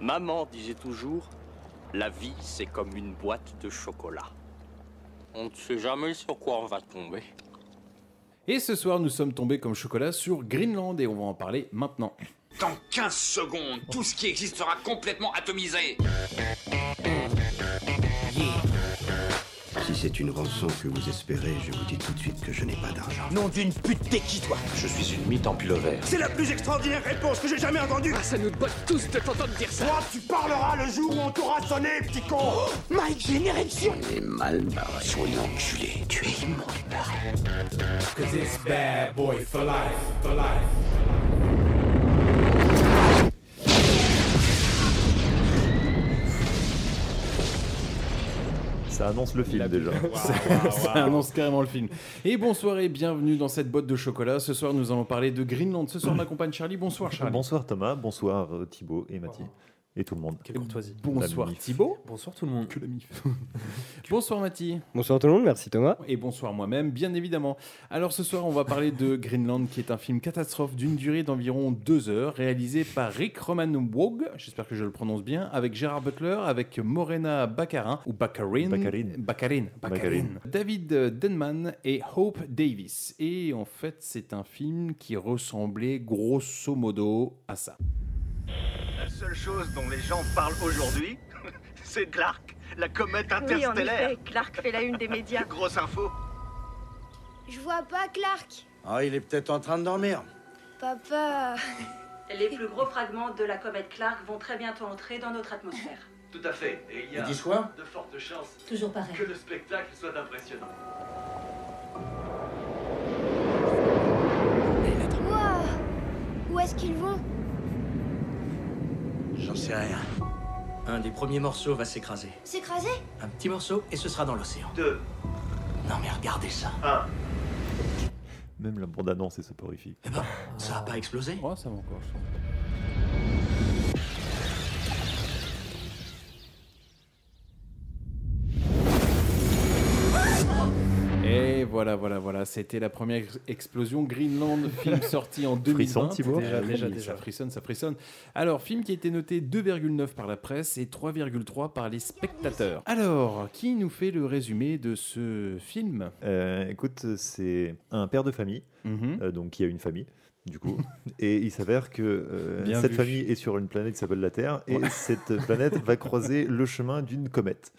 Maman disait toujours, la vie c'est comme une boîte de chocolat. On ne sait jamais sur quoi on va tomber. Et ce soir, nous sommes tombés comme chocolat sur Greenland et on va en parler maintenant. Dans 15 secondes, tout ce qui existe sera complètement atomisé. Si c'est une rançon que vous espérez, je vous dis tout de suite que je n'ai pas d'argent. Nom d'une pute, t'es qui toi Je suis une mythe en pilover. C'est la plus extraordinaire réponse que j'ai jamais entendue Ah, ça nous botte tous de t'entendre dire ça Toi, tu parleras le jour où on t'aura sonné, petit con oh, My Generation On est mal barré. Soyons enculé, tu es immonde Cause it's bad boy for life, for life. Ça annonce le film déjà. Wow, ça, wow, ça wow. annonce carrément le film. Et bonsoir et bienvenue dans cette boîte de chocolat. Ce soir, nous allons parler de Greenland. Ce soir, ma compagne Charlie. Bonsoir Charlie. Bonsoir Thomas, bonsoir euh, Thibaut et Mathie. Et tout le monde. Quelle courtoisie. Bonsoir Thibaut. Bonsoir tout le monde. Que la mif. bonsoir Mathie. Bonsoir tout le monde, merci Thomas. Et bonsoir moi-même, bien évidemment. Alors ce soir, on va parler de Greenland, qui est un film catastrophe d'une durée d'environ deux heures, réalisé par Rick Roman Wog, j'espère que je le prononce bien, avec Gérard Butler, avec Morena Baccarin, ou Baccarin. Baccarin. Baccarin. Baccarin. David Denman et Hope Davis. Et en fait, c'est un film qui ressemblait grosso modo à ça. La seule chose dont les gens parlent aujourd'hui, c'est Clark, la comète interstellaire. Oui, en effet, Clark fait la une des médias. Grosse info. Je vois pas Clark. Ah, oh, il est peut-être en train de dormir. Papa. Les plus gros fragments de la comète Clark vont très bientôt entrer dans notre atmosphère. Tout à fait. Et il y a Ils quoi de fortes chances Toujours pareil. que le spectacle soit impressionnant. Wow. Où est-ce qu'ils vont J'en sais rien. Un des premiers morceaux va s'écraser. S'écraser Un petit morceau et ce sera dans l'océan. Deux. Non mais regardez ça. Un. Même la bande-annonce est soporifique. Eh ben, ça a pas explosé Ouais, ça va encore. Et voilà, voilà, voilà, c'était la première explosion Greenland, film sorti en 2020. Frisson, Thibaut. Déjà, déjà, déjà. Ça frissonne, ça frissonne. Alors, film qui a été noté 2,9 par la presse et 3,3 par les spectateurs. Alors, qui nous fait le résumé de ce film euh, Écoute, c'est un père de famille, mm -hmm. euh, donc il y a une famille du coup. et il s'avère que euh, cette vu. famille est sur une planète qui s'appelle la Terre, et ouais. cette planète va croiser le chemin d'une comète.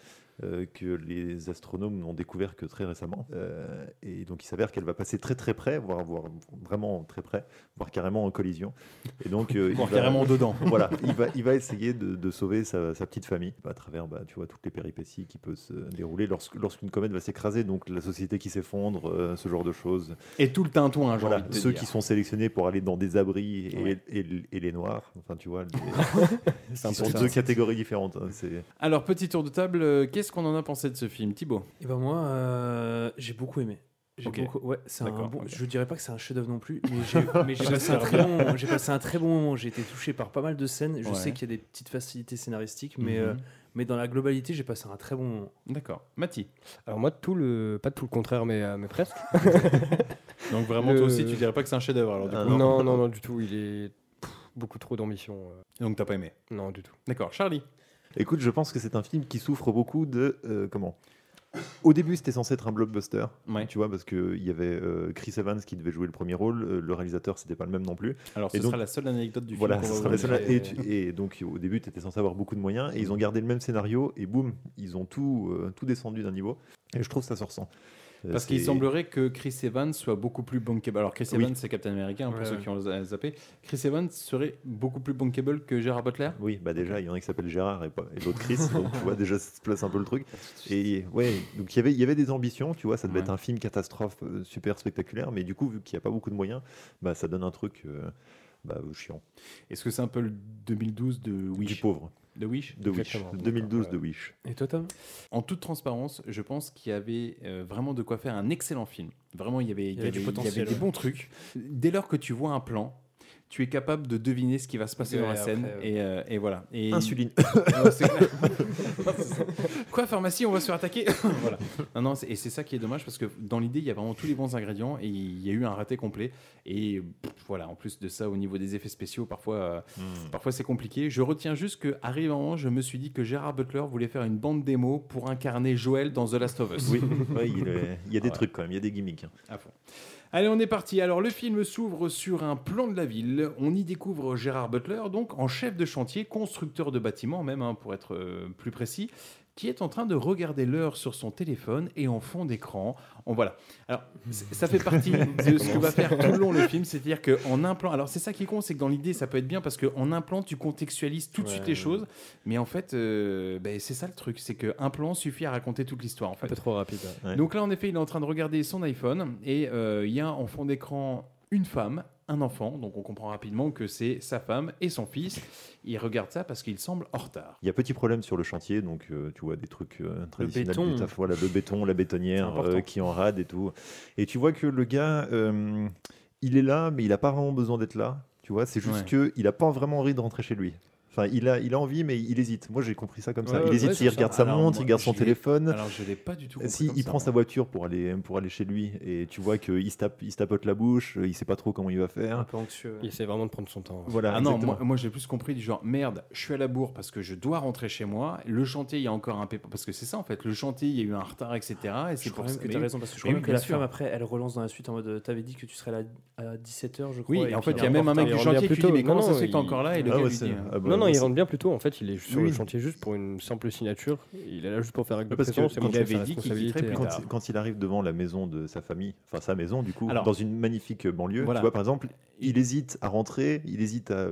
Euh, que les astronomes n'ont découvert que très récemment. Euh, et donc il s'avère qu'elle va passer très très près, voire, voire, vraiment très près, voire carrément en collision. Et donc, euh, voire carrément va, dedans. voilà, il va, il va essayer de, de sauver sa, sa, petite famille à travers bah, tu vois, toutes les péripéties qui peuvent se dérouler lorsqu'une lorsqu comète va s'écraser, donc la société qui s'effondre, euh, ce genre de choses. Et tout le tintouin, hein, voilà, Ceux dire. qui sont sélectionnés pour aller dans des abris et, ouais. et, et, et les noirs, enfin tu vois, les... ce sont deux catégories différentes. Hein, Alors, petit tour de table, euh, qu'est-ce qu'est-ce qu'on en a pensé de ce film, Thibaut Eh ben moi, euh, j'ai beaucoup aimé. Ai okay. beaucoup... Ouais, c'est un bon... okay. Je dirais pas que c'est un chef-d'œuvre non plus, mais j'ai passé, un très bon moment. passé un très bon moment. J'ai été touché par pas mal de scènes. Je ouais. sais qu'il y a des petites facilités scénaristiques, mais. Mm -hmm. euh, mais dans la globalité, j'ai passé un très bon moment. D'accord. Mathie Alors moi, tout le... pas tout le contraire, mais, euh, mais presque. Donc vraiment, toi aussi, tu dirais pas que c'est un chef-d'œuvre ah, non, non, non, non, du tout. Il est Pff, beaucoup trop d'ambition. euh. Donc t'as pas aimé Non, du tout. D'accord. Charlie Écoute, je pense que c'est un film qui souffre beaucoup de euh, comment au début, c'était censé être un blockbuster, ouais. tu vois, parce qu'il y avait euh, Chris Evans qui devait jouer le premier rôle, euh, le réalisateur, c'était pas le même non plus. Alors, ce et donc, sera la seule anecdote du voilà, film. Sera la seule an... et, tu... et, donc, au début, tu étais censé avoir beaucoup de moyens, et ils ont gardé le même scénario, et boum, ils ont tout, euh, tout descendu d'un niveau, et je trouve que ça Euh, se ressent. Euh, Parce qu'il semblerait que Chris Evans soit beaucoup plus bankable. Alors, Chris Evans, oui. c'est Captain America, hein, pour ouais, ceux qui ont zappé. Chris Evans serait beaucoup plus bankable que Gérard Butler Oui, bah déjà, il y en a qui s'appelle Gérard et, et l'autre Chris. donc, tu vois, déjà, ça se place un peu le truc. Et ouais, donc y il avait, y avait des ambitions, tu vois, ça devait ouais. être un film catastrophe euh, super spectaculaire, mais du coup, vu qu'il n'y a pas beaucoup de moyens, bah, ça donne un truc. Euh, bah, chiant. Est-ce que c'est un peu le 2012 de Wish Du pauvre. De Wish De Wish. 2012 de Wish. Et toi, Tom En toute transparence, je pense qu'il y avait euh, vraiment de quoi faire un excellent film. Vraiment, il y avait, il y avait, il y avait, il y avait des bons trucs. Dès lors que tu vois un plan, tu es capable de deviner ce qui va se passer Ouais, dans la après, scène. ouais. Et, euh, et voilà. Et... Insuline. Ouais, c'est clair. Quoi, pharmacie, on va se faire attaquer Voilà. Non, non, c'est- et c'est ça qui est dommage parce que dans l'idée, il y a vraiment tous les bons ingrédients et il y a eu un raté complet. Et pff, voilà, en plus de ça, au niveau des effets spéciaux, parfois, euh, parfois c'est compliqué. Je retiens juste que, arrivé un moment, je me suis dit que Gérard Butler voulait faire une bande démo pour incarner Joël dans The Last of Us. Oui, ouais, il, est- il y a des Ouais. trucs quand même, il y a des gimmicks. hein. À fond. Allez, on est parti. Alors, le film s'ouvre sur un plan de la ville. On y découvre Gérard Butler, donc en chef de chantier, constructeur de bâtiments même, hein, pour être euh, plus précis, qui est en train de regarder l'heure sur son téléphone et en fond d'écran. On voilà. Alors, c- ça fait partie de ce que va faire tout le long le film, c'est-à-dire qu'en implant. Alors, c'est ça qui est con, c'est que dans l'idée, ça peut être bien parce qu'en implant, tu contextualises tout de Ouais, suite les ouais. choses, mais en fait, euh, ben, c'est ça le truc, c'est qu'un plan suffit à raconter toute l'histoire. En fait. Un peu trop rapide. Ouais. Donc là, en effet, il est en train de regarder son iPhone et euh, il y a en fond d'écran une femme, un enfant. Donc on comprend rapidement que c'est sa femme et son fils. Il regarde ça parce qu'il semble en retard. Il y a petit problème sur le chantier, donc euh, tu vois des trucs euh, traditionnels béton. du taf. Voilà, le béton, la C'est bétonnière important. euh, qui enrade et tout. Et tu vois que le gars, euh, il est là, mais il n'a pas vraiment besoin d'être là. Tu vois, c'est juste que qu'il n'a pas vraiment envie de rentrer chez lui. Enfin, il a, il a envie, mais il hésite. Moi, j'ai compris ça comme ça. Ouais, Il ouais, hésite, ouais, il c'est regarde ça. sa Alors, montre, moi, il garde son je l'ai- téléphone. alors, je l'ai pas du tout compris Si, comme ça, il hein. prend moi. sa voiture pour aller, pour aller chez lui, et tu vois qu'il se, tape, il se tapote la bouche, euh, il sait pas trop comment il va faire. Il essaie vraiment de prendre son temps. Voilà, ah non, exactement. moi, moi j'ai plus compris du genre merde, je suis à la bourre parce que je dois rentrer chez moi. Le chantier, il y a encore un pépin parce que c'est ça en fait. Le chantier, il y a eu un retard, etc. Et c'est Je pour crois même ça que tu as raison, parce que je Mais crois même oui, que la bien sûr. femme, après, elle relance dans la suite en mode euh, T'avais dit que tu serais là à 17h, je crois. Oui, et en fait, puis il y a même un mec du retard. chantier revient qui lui dit plus tôt. Mais comment Non, ça se non, fait que t'es il- encore là Et le Ah gars hein. ouais, lui c'est- dit euh, ah bah, non, non, il c'est- rentre bien plus tôt. En fait, il est sur Oui. le chantier juste pour une simple signature. Il est là juste pour faire acte de Parce que présence et quand montrer avait sa dit qu'il responsabilité. hein. quitterait plus Quand, tard. il- quand il arrive devant la maison de sa famille, enfin sa maison du coup, Alors, dans une magnifique banlieue, voilà. tu vois par exemple, il hésite à rentrer, il hésite à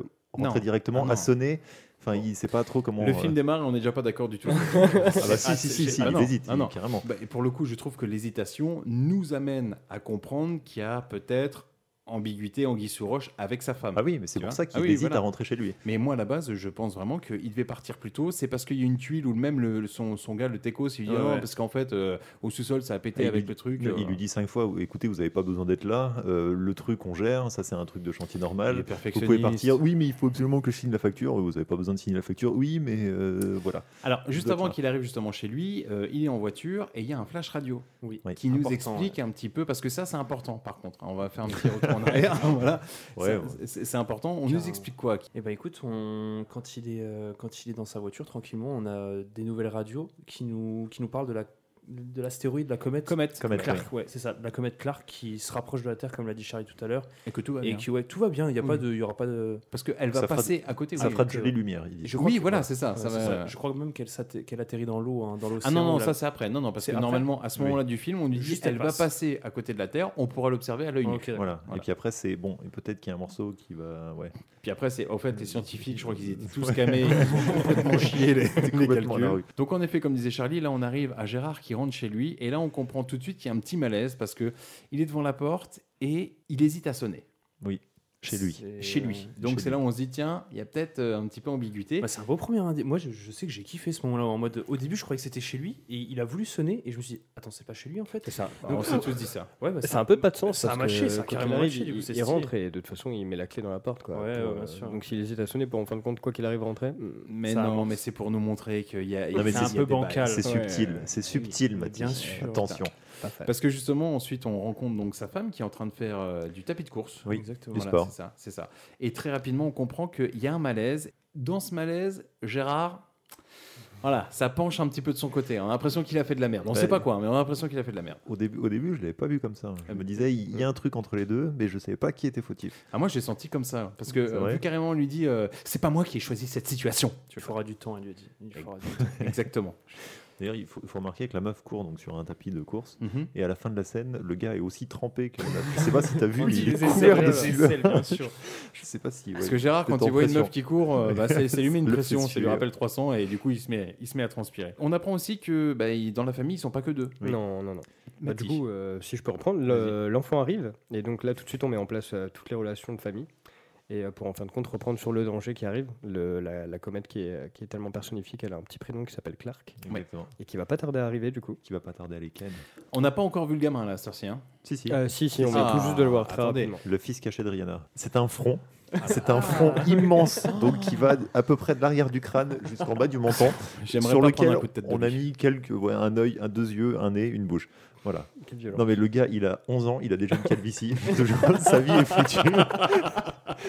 Non. rentrer directement, Ah, non. à sonner. Enfin, il sait pas trop comment. Le euh, film démarre et on n'est déjà pas d'accord du tout. Ah bah si, si, si, si, Ah il non, hésite, ah non. carrément. Bah, et pour le coup, je trouve que l'hésitation nous amène à comprendre qu'il y a peut-être ambiguïté Anguille sous roche avec sa femme. Ah oui, mais c'est Tu pour vois ça qu'il Ah oui, hésite voilà. à rentrer chez lui. Mais moi, à la base, je pense vraiment qu'il devait partir plus tôt. C'est parce qu'il y a une tuile ou même le, son, son gars, le Teco, s'est dit Ouais, Ah non, ouais. parce qu'en fait, euh, au sous-sol, ça a pété Et il avec lui- le truc. Il euh, lui dit cinq fois écoutez, vous n'avez pas besoin d'être là, euh, le truc on gère, ça c'est un truc de chantier Euh, Il est normal. Vous perfectionniste. pouvez partir. Oui, mais il faut absolument que je signe la facture. Vous n'avez pas besoin de signer la facture. Oui, mais euh, voilà. Alors, juste Vous êtes avant là. qu'il arrive justement chez lui, euh, il est en voiture et il y a un flash radio Oui. qui nous Important, explique un petit peu, parce que ça, c'est important par contre. hein, On va faire un petit retour en arrière. hein, voilà. Ouais, Ça, ouais. C'est c'est important. On nous Car- explique quoi Et bah écoute, on- quand, il est, euh, quand il est dans sa voiture, tranquillement, on a euh, des nouvelles radios qui nous, qui nous parlent de la de l'astéroïde, de la comète, Comète. Comète, Clark, ouais, c'est ça, de la comète Clark qui se rapproche de la Terre, comme l'a dit Charlie tout à l'heure, Et que tout va et bien. qui ouais, tout va bien, il y a pas Mm. Oui. de, il y aura pas de, Parce qu'elle va Ça fera- passer à côté. Ça oui. euh, fera de les lumières. il dit. Je crois Oui, que- voilà, c'est ça, Ah, ça c'est va- Je crois même qu'elle s'atte- qu'elle atterrit dans l'eau, hein, dans l'océan. Ah non, non, là. ça c'est après. Non, non, parce que C'est après normalement, à ce Oui. moment-là du film, on nous dit Juste, elle elle va passe. passer à côté de la Terre, on pourra l'observer à l'œil nu. Ok, d'accord. Voilà. Voilà. Et puis après, c'est bon. Et peut-être qu'il y a un morceau qui va. Ouais. Puis après, c'est en fait les scientifiques, je crois qu'ils étaient tous camés, ils ont complètement chié les, C'était les complètement à la calculs. rue. Donc en effet, comme disait Charlie, là on arrive à Gérard qui rentre chez lui et là on comprend tout de suite qu'il y a un petit malaise parce que il est devant la porte et il hésite à sonner Oui. Chez lui. C'est- euh, chez lui. Chez Donc c'est lui. là où on se dit tiens, il y a peut-être euh, un petit peu ambiguïté. Bah, c'est un beau premier indice. Moi, je, je sais que j'ai kiffé ce moment-là. En mode, au début, je croyais que c'était chez lui et il a voulu sonner et je me suis dit, attends, c'est pas chez lui en fait. C'est ça. on s'est tous dit ça. Ouais, bah, C'est un peu pas de sens. Ça a parce mâché, que ça a quand carrément il arrive, mâché, du il- coup, c'est il stylé. rentre et de toute façon, il met la clé dans la porte. Quoi, Ouais, pour, ouais, bien euh, sûr. Donc s'il hésite à sonner pour en fin de compte, quoi qu'il arrive, rentrer. mm, Mais ça non, avance. mais c'est pour nous montrer qu'il y a, mais c'est il y a un des peu bails. bancal. C'est Ah, Ouais. Eh subtil. C'est subtil, mais Mathis. bien sûr. Attention. Pas fait. Parce que justement, ensuite, on rencontre donc sa femme qui est en train de faire euh, du tapis de course. Oui, exactement. du Voilà, sport. c'est ça, c'est ça. Et très rapidement, on comprend qu'il y a un malaise. Dans ce malaise, Gérard, voilà, ça penche un petit peu de son côté. On a l'impression qu'il a fait de la merde. On Ouais. sait pas quoi, mais on a l'impression qu'il a fait de la merde. Au début, au début, je l'avais pas vu comme ça. Je Ah, me disais, il y a un truc entre les deux, mais je savais pas qui était fautif. Ah, moi, j'ai senti comme ça. Parce que, C'est euh, vrai vu carrément, on lui dit euh, c'est pas moi qui ai choisi cette situation. Il faudra du temps, il lui a dit. Il faudra du temps. Exactement. D'ailleurs, il faut, il faut remarquer que la meuf court donc sur un tapis de course, Mhm. et à la fin de la scène, le gars est aussi trempé que. la- Je sais pas si t'as vu, On dit il est les couvert aisselles, de les sueur. aisselles, bien sûr. Je sais pas si. Parce ouais, que Gérard, quand peut-être il en voit une pression. meuf qui court, euh, bah, ça, ça lui met une Le pression, ça lui sueur. rappelle 300 et du coup, il se met, il se met à transpirer. On apprend aussi que bah, il- dans la famille, ils sont pas que deux. Non, non, non. Bah, du Mathis. coup, euh, si je peux reprendre, le- l'enfant arrive et donc là, tout de suite, on met en place euh, toutes les relations de famille. Et euh, pour en fin de compte, reprendre sur le danger qui arrive, le- la, la comète qui est, qui est tellement personnifiée qu'elle a un petit prénom qui s'appelle Clark Exactement. et qui va pas tarder à arriver du coup. Qui va pas tarder à les ken. On n'a pas encore vu le gamin là, sorcier. Si si. Euh, si, si, on Ah, vient tout juste de le voir très attendez. rapidement. Le fils caché de Rihanna. C'est un front. C'est Ah. un front immense, donc qui va à peu près de l'arrière du crâne jusqu'en bas du menton, J'aimerais sur pas lequel prendre un coup de tête de on a biche. mis quelques, ouais, un œil, un deux yeux, un nez, une bouche. Voilà. Quelle violence. Non mais le gars, il a 11 ans, il a déjà une calvitie. Je jure, Sa vie est foutue.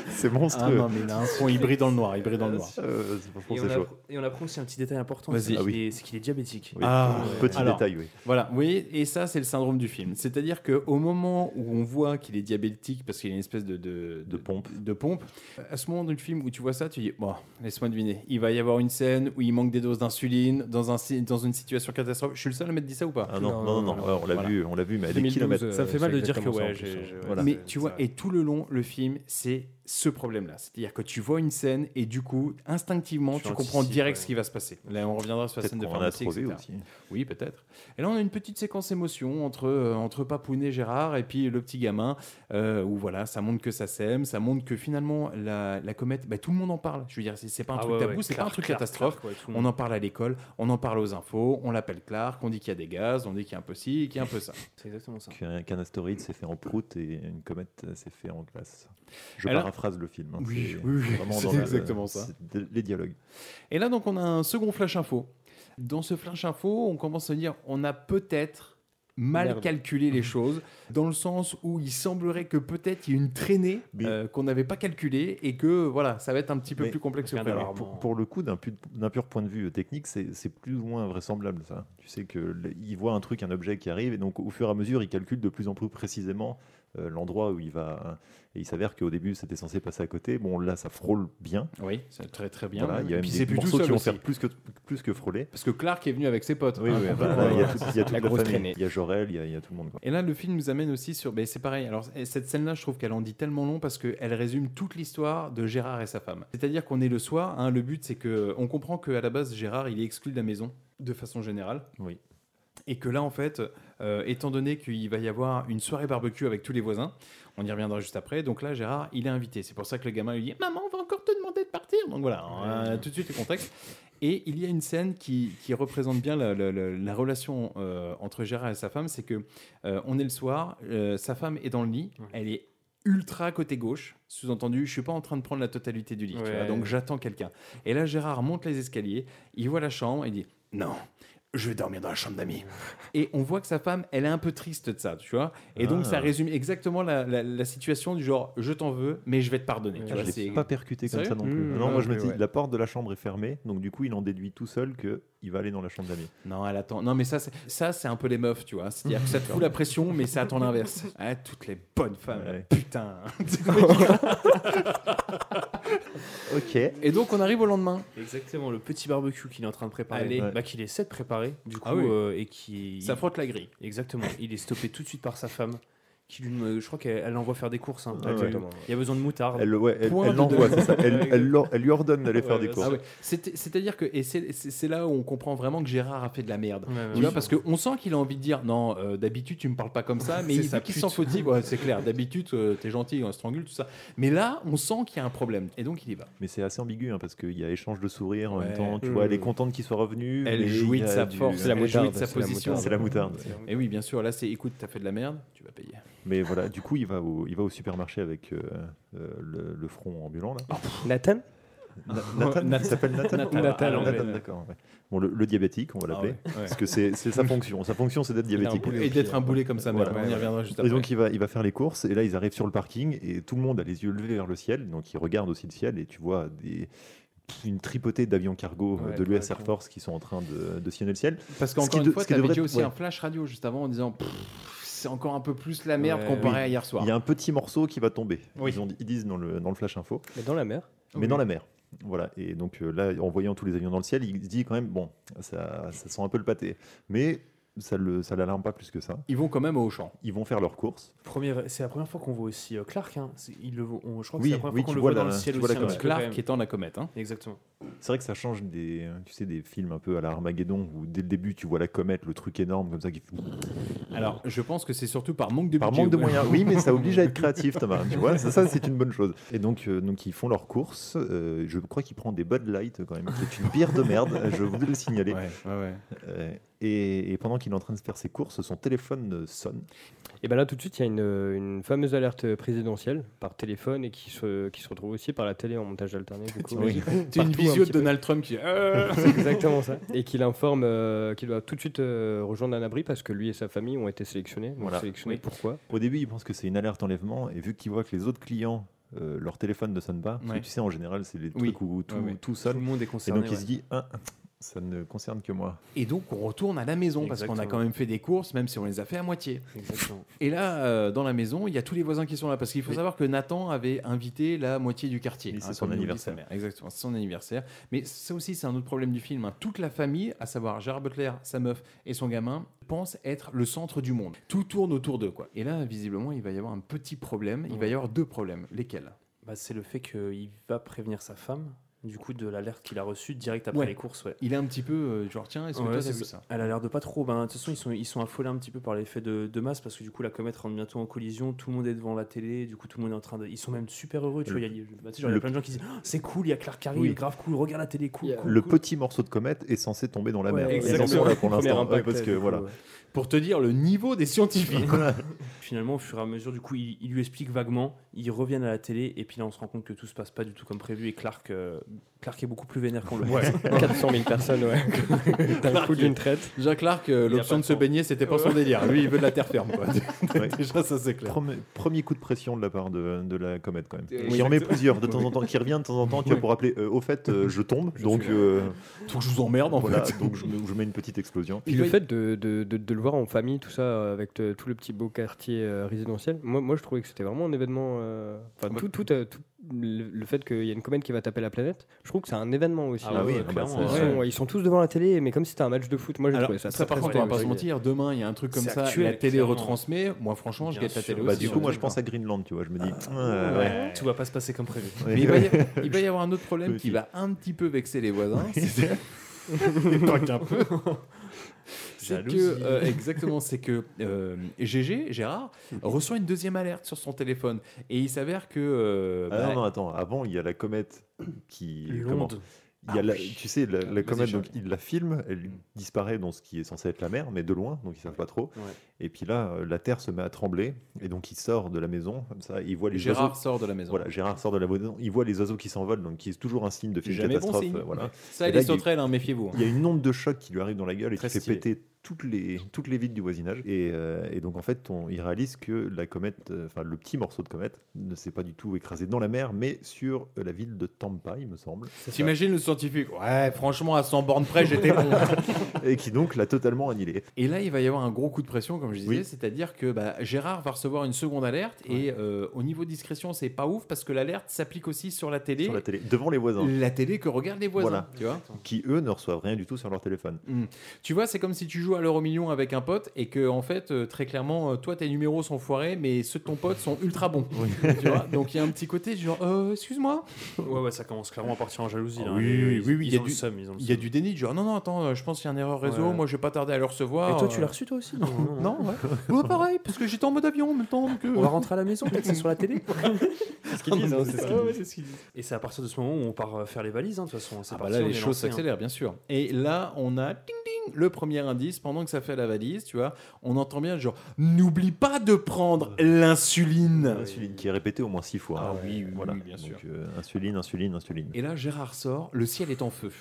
C'est monstrueux. Ah non, mais il a un front, il brille dans le noir, il brille dans le noir. Euh, c'est franchement, Et on, c'est chaud. appre- et on apprend aussi un petit détail important, Vas-y. c'est qu'il Ah oui. est, c'est qu'il est diabétique. Ouais. Ah, alors, Voilà, oui, et ça, c'est le syndrome du film. C'est-à-dire qu'au moment où on voit qu'il est diabétique, parce qu'il a une espèce de, de, pompe. de pompe, à ce moment du film où tu vois ça, tu dis Bon, laisse-moi deviner, il va y avoir une scène où il manque des doses d'insuline dans, un, si- dans une situation catastrophe. Je suis le seul à m'être dit ça ou pas Ah non, non, non, non, ouais, on l'a vu, on l'a vu, mais à des kilomètres. Ça me fait mal de dire que ouais, j'ai- j'ai- ouais, Mais c'est- tu vois, et tout le long, le film, c'est ce problème-là. C'est-à-dire que tu vois une scène et du coup, instinctivement, tu, comprends anticipes, direct ouais. ce qui va se passer. Là, on reviendra sur la Peut-être scène de qu'on en a pharmacie, trouvé etc. aussi. Oui, peut-être. Et là, on a une petite séquence émotion entre, euh, entre Papoun et Gérard et puis le petit gamin, euh, où voilà, ça montre que ça sème, ça montre que finalement, la, la comète, bah, tout le monde en parle. Je veux dire, c'est- c'est pas un Ah truc ouais, tabou, ouais, c'est pas un Clark, truc Clark, catastrophe. Clark, ouais, tout le on monde. en parle à l'école, on en parle aux infos, on l'appelle Clark, on dit qu'il y a des gaz, on dit qu'il y a un peu ci, qu'il y a un peu ça. C'est exactement ça. Qu'un qu'un astéroïde s'est fait en proute et une comète euh, s'est fait en glace. Je Alors- paraphrase le film. hein, Oui, c'est- oui, oui, c'est vraiment c'est dans la- exactement ça. c'est de- Les dialogues. Et là, donc, on a un second flash info. Dans ce flash info, on commence à se dire on a peut-être mal Merde. calculé les choses, dans le sens où il semblerait que peut-être il y ait une traînée euh, qu'on n'avait pas calculée et que voilà, ça va être un petit peu Mais- plus complexe que Mais prévu. alors, pour, pour le coup, d'un pu- d'un pur point de vue technique, c'est c'est plus ou moins vraisemblable ça. Tu sais qu'il voit un truc, un objet qui arrive, et donc au fur et à mesure, il calcule de plus en plus précisément euh, l'endroit où il va. hein. Et il s'avère qu'au début, c'était censé passer à côté. Bon, là, ça frôle bien. Oui, c'est très très bien. Voilà, il y Et a même puis c'est des plus tout morceaux qui seul vont aussi. faire plus que, plus que frôler. Parce que Clark est venu avec ses potes. Oui, hein, oui, complètement. voilà, il y a, tout- il y a toute La la, grosse famille. traînée. Il y a Jorel, il y a, il y a tout le monde. quoi. Et là, le film nous amène aussi sur. ben, c'est pareil. Alors, et cette scène-là, je trouve qu'elle en dit tellement long parce qu'elle résume toute l'histoire de Gérard et sa femme. C'est-à-dire qu'on est le soir. hein, le but, c'est que on comprend qu'à la base, Gérard, il est exclu de la maison de façon générale. Oui. Et que là, en fait, euh, étant donné qu'il va y avoir une soirée barbecue avec tous les voisins, on y reviendra juste après. Donc là, Gérard, il est invité. C'est pour ça que le gamin lui dit Maman, on va encore te demander de partir. Donc voilà, euh, tout de suite le contexte. Et il y a une scène qui, qui représente bien la, la- la- la relation euh, entre Gérard et sa femme. C'est que euh, on est le soir, euh, sa femme est dans le lit, elle est ultra côté gauche, sous-entendu, je suis pas en train de prendre la totalité du lit, tu Ouais. vois, donc j'attends quelqu'un. Et là, Gérard monte les escaliers, il voit la chambre, il dit non. Je vais dormir dans la chambre d'amis. Et on voit que sa femme, elle est un peu triste de ça, tu vois. Et donc, Ah. ça résume exactement la, la- la situation du genre, je t'en veux, mais je vais te pardonner. Tu Ah, Je vois, ne l'ai Ah bah, c'est- pas percuté comme Sérieux ça non plus. Mmh, non, moi je me ouais, dis, ouais. la porte de la chambre est fermée, donc du coup, il en déduit tout seul qu'il va aller dans la chambre d'amis. Non, elle attend. Non, mais ça, c'est- ça, c'est un peu les meufs, tu vois. C'est-à-dire que ça te fout la pression, mais c'est à ton inverse. Ah, toutes les bonnes femmes, là, putain. ok. Et donc, on arrive au lendemain. Exactement, le petit barbecue qu'il est en train de préparer, Allez. Ouais. bah, qu'il essaie de préparer, du coup, Ah oui. euh, et qui. Ça frotte la grille. Exactement, il est stoppé tout de suite par sa femme, qui lui, demande- je crois qu'elle elle l'envoie faire des courses. hein. Ah ouais. Exactement. Il y a besoin de moutarde. Elle, ouais, elle, Point elle de- l'envoie, c'est ça. Elle, elle l'or- elle lui ordonne d'aller Ouais, faire des ouais, courses. Ah ouais. C'est- C'est-à-dire que et c'est c'est- c'est là où on comprend vraiment que Gérard a fait de la merde. ouais, tu oui. vois, parce qu'on sent qu'il a envie de dire non, euh, d'habitude tu me parles pas comme ça, mais C'est il sa veut qu'il pute. s'en faut dire. Ouais, c'est clair, d'habitude euh, t'es gentil, on se strangule, tout ça. Mais là, on sent qu'il y a un problème et donc il y va. Mais c'est assez ambigu hein, parce qu'il y a échange de sourires en Ouais. même temps. Tu Mmh. vois, elle est contente qu'il soit revenu. Elle mais jouit il y de a sa du- force, elle elle jouit de sa c'est la position. moutarde. C'est la moutarde. Et oui, bien sûr, là c'est écoute, t'as fait de la merde, tu vas payer. Mais voilà, du coup, il va au, il va au supermarché avec euh, euh, le, le front ambulant. Là. Nathan Na- Oh, Nathan, Nathan. il s'appelle Nathan. Nathan. Ah, Nathan, Nathan, ouais. d'accord. ouais. Bon, le, le diabétique, on va l'appeler, Ah, ouais, ouais. parce que c'est c'est sa fonction. Sa fonction, c'est d'être Il a un diabétique. boulet hein. Et d'être un boulet comme ça, mais on y ouais. reviendra juste Et après. donc, il va, il va faire les courses, et là, ils arrivent sur le parking, et tout le monde a les yeux levés vers le ciel, donc ils regardent aussi le ciel, et tu vois des une tripotée d'avions cargo euh, Ouais, de pour la l'US Air Force qui sont en train de, de sillonner le ciel. Parce Ce qui qu'encore une de- fois, ce qui t'avais devrait dit être- aussi ouais. un flash radio juste avant en disant Pff, c'est encore un peu plus la merde Ouais, comparé oui. à hier soir. Il y a un petit morceau qui va tomber. Oui. Ils, ont dit- ils disent dans le, dans le flash info. Mais dans la mer. Mais dans la mer. Voilà. Et donc euh, là, en voyant tous les avions dans le ciel, il se dit quand même, bon, ça, ça sent un peu le pâté. Mais ça ne ça l'alarme pas plus que ça. Ils vont quand même au champ. Ils vont faire leurs courses. Première- C'est la première fois qu'on voit aussi euh, Clark. hein. C'est- Il le, voit- on- je crois que Oui, c'est la première oui, fois qu'on tu le vois voit dans la- le ciel tu vois aussi. la un comète. petit peu, quand Clark même. étant la comète. hein. Exactement. C'est vrai que ça change des, tu sais, des films un peu à la Armageddon où dès le début tu vois la comète, le truc énorme comme ça qui. Alors, je pense que c'est surtout par manque de Par budget, manque de ouais. moyens, oui, mais ça oblige à être créatif, Thomas. Tu vois, ça, ça, c'est une bonne chose. Et donc, euh, donc ils font leurs courses. Euh, je crois qu'ils prennent des Bud Light quand même, qui est une bière de merde. Je voulais le signaler. Ouais, ouais, ouais. Euh, Et, et pendant qu'il est en train de faire ses courses, son téléphone euh, sonne. Et bien là, tout de suite, il y a une, euh, une fameuse alerte présidentielle par téléphone et qui se, qui se retrouve aussi par la télé en montage alterné. du coup. Oui. Partout, C'est une un visio de petit peu. Donald Trump qui- Euh. C'est exactement ça. Et qu'il informe euh, qu'il doit tout de suite euh, rejoindre un abri parce que lui et sa famille ont été sélectionnés. Donc Voilà. sélectionnés pourquoi Au début, il pense que c'est une alerte enlèvement, et vu qu'il voit que les autres clients, euh, leur téléphone ne sonne pas, parce que Ouais. tu sais, en général, c'est les Oui. trucs où tout, Ouais, ouais. tout sonne. Tout le monde est concerné, Et donc, il ouais. se dit, ah, ça ne concerne que moi. Et donc, on retourne à la maison parce qu'on a Exactement. quand même fait des courses, même si on les a fait à moitié. Et là, euh, dans la maison, il y a tous les voisins qui sont là parce qu'il faut savoir que Nathan avait invité la moitié du quartier. Hein, Oui, c'est son comme nous dit anniversaire. sa mère. Exactement, c'est son anniversaire. Mais ça aussi, c'est un autre problème du film. hein. Toute la famille, à savoir Gérard Butler, sa meuf et son gamin, pense être le centre du monde. Tout tourne autour d'eux, quoi. Et là, visiblement, il va y avoir un petit problème. Il va y avoir deux problèmes. Lesquels Bah, c'est le fait qu'il va prévenir sa femme, du coup, de l'alerte qu'il a reçue direct après Ouais. les courses. Ouais. Il est un petit peu euh, genre, tiens, est-ce que Ouais, toi, c'est t'as vu ça. ça Elle a l'air de pas trop. Ben, de toute façon, ils sont, ils sont affolés un petit peu par l'effet de, de masse parce que du coup, la comète rentre bientôt en collision. Tout le monde est devant la télé. Du coup, tout le monde est en train de. Ils sont même super heureux. Tu Le- vois, il y a, bah, tu sais, genre, il y a le- plein de gens qui disent Ah, C'est cool, il y a Clark qui arrive, Oui. grave cool, regarde la télé, cool. cool, Le cool. petit morceau de comète est censé tomber dans la Ouais, mer. Ils en sont exactement. là pour Premier l'instant, impact, ouais, parce que du coup, voilà. ouais. Pour te dire le niveau des scientifiques. Finalement, au fur et à mesure, du coup, il, il lui explique vaguement. Ils reviennent à la télé, et puis là, on se rend compte que tout se passe pas du tout comme prévu. Et Clark, euh, Clark est beaucoup plus vénère qu'on le Ouais. 400 000 personnes, ouais. D'un Clark, coup d'une il- traite. Jacques Clark, euh, Il a l'option pas de se baigner, c'était pas son délire. Lui, il veut de la terre ferme. quoi. Ouais. Déjà, ça c'est clair. Premier, premier coup de pression de la part de, de la comète quand même. Oui, qui en met exactement. plusieurs de temps en temps, qui revient de temps en temps, tu vois, pour rappeler. euh, au fait, euh, je tombe, donc. euh, suis là. Donc je vous emmerde, en voilà, fait. Donc je, me- je mets une petite explosion. Puis le fait de, de- de- de le voir en famille, tout ça, euh, avec euh, tout le petit beau quartier euh, résidentiel, moi, moi je trouvais que c'était vraiment un événement. euh, Enfin, tout, tout, euh, tout- le, le fait qu'il y a une comète qui va taper la planète, je trouve que c'est un événement aussi. Ah bah oui, euh, Ah bah clairement, ils, hein. c'est- sont, ils sont tous devant la télé, mais comme si c'était un match de foot. Moi j'ai Alors, trouvé ça, ça, par contre, on va pas se mentir, demain il y a un truc comme C'est ça, actuel, la télé clairement. retransmet. Moi, franchement, je Bien guette la sûr. télé Bah, aussi. hein. du coup, moi je pense à Greenland, tu vois. Je me dis, Ah, ouais. ouais. Tout va pas se passer comme prévu. Mais il, va y, il va y avoir un autre problème qui va un petit peu vexer les voisins. c'est- Et pas qu'un peu. C'est Jalousie. que, euh, exactement, c'est que euh, GG, Gérard, reçoit une deuxième alerte sur son téléphone. Et il s'avère que. euh, Ah bah, non, non, attends, avant, il y a la comète qui. L'onde. comment il y a Ah la- oui. tu sais, la, la Vas-y, comète, Charles. donc, il la filme, elle disparaît dans ce qui est censé être la mer, mais de loin, donc ils savent pas trop. Ouais. Et puis là, euh, la terre se met à trembler, et donc il sort de la maison, comme ça, il voit les Gérard oiseaux- sort de la maison. Voilà, Gérard sort de la maison, il voit les oiseaux qui s'envolent, donc qui est toujours un signe de film Jamais bon catastrophe. signe. euh, voilà. Ouais. Ça, Et les là, il y a eu- sauterelles, hein, méfiez-vous. Il y a une onde de choc qui lui arrive dans la gueule et Très qui fait stylé. péter toutes les, toutes les villes du voisinage. Et, euh, et donc, en fait, on, il réalise que la comète, euh, enfin, le petit morceau de comète ne s'est pas du tout écrasé dans la mer, mais sur euh, la ville de Tampa, il me semble. T'imagines le scientifique Ouais, franchement, à 100 bornes près, j'étais bon. et qui donc l'a totalement annihilé. Et là, il va y avoir un gros coup de pression, comme je disais, Oui. c'est-à-dire que bah, Gérard va recevoir une seconde alerte et euh, au niveau discrétion, c'est pas ouf parce que l'alerte s'applique aussi sur la télé. Sur la télé, devant les voisins. La télé que regardent les voisins, Voilà. tu vois. Qui, eux, ne reçoivent rien du tout sur leur téléphone. Mm. Tu vois, c'est comme si tu joues à l'euro million avec un pote et que, en fait, euh, très clairement, euh, toi, tes numéros sont foirés, mais ceux de ton pote sont ultra bons. Tu vois Donc il y a un petit côté genre, euh, excuse-moi. Ouais, ouais, ça commence clairement à partir en jalousie. Ah là. oui, Ils- oui, oui, ils- oui, ils il y a ont du- le seum, ils ont le Il y a seum. du déni, du genre, non, non, attends, euh, je pense qu'il y a une erreur réseau, Ouais. moi, je vais pas tarder à le recevoir. Et toi, tu euh. l'as reçu, toi aussi Non, non, Non, ouais. Ouais, pareil, parce que j'étais en mode avion en même temps. euh, que- On va rentrer à la maison, peut-être c'est sur la télé. c'est ce qu'ils disent, hein, c'est ce qu'ils disent. Et c'est à partir de ce moment où on part euh, faire les valises, hein, de toute façon. c'est Ah bah parti, là, on les est choses lancé, hein. s'accélèrent, bien sûr. Et là, on a ding, ding, le premier indice pendant que ça fait la valise, tu vois. On entend bien, genre, n'oublie pas de prendre l'insuline. L'insuline qui est répétée au moins six fois. Ah hein. oui, oui, voilà. oui, bien sûr. Donc, euh, insuline, insuline, insuline. Et là, Gérard sort, le ciel est en feu.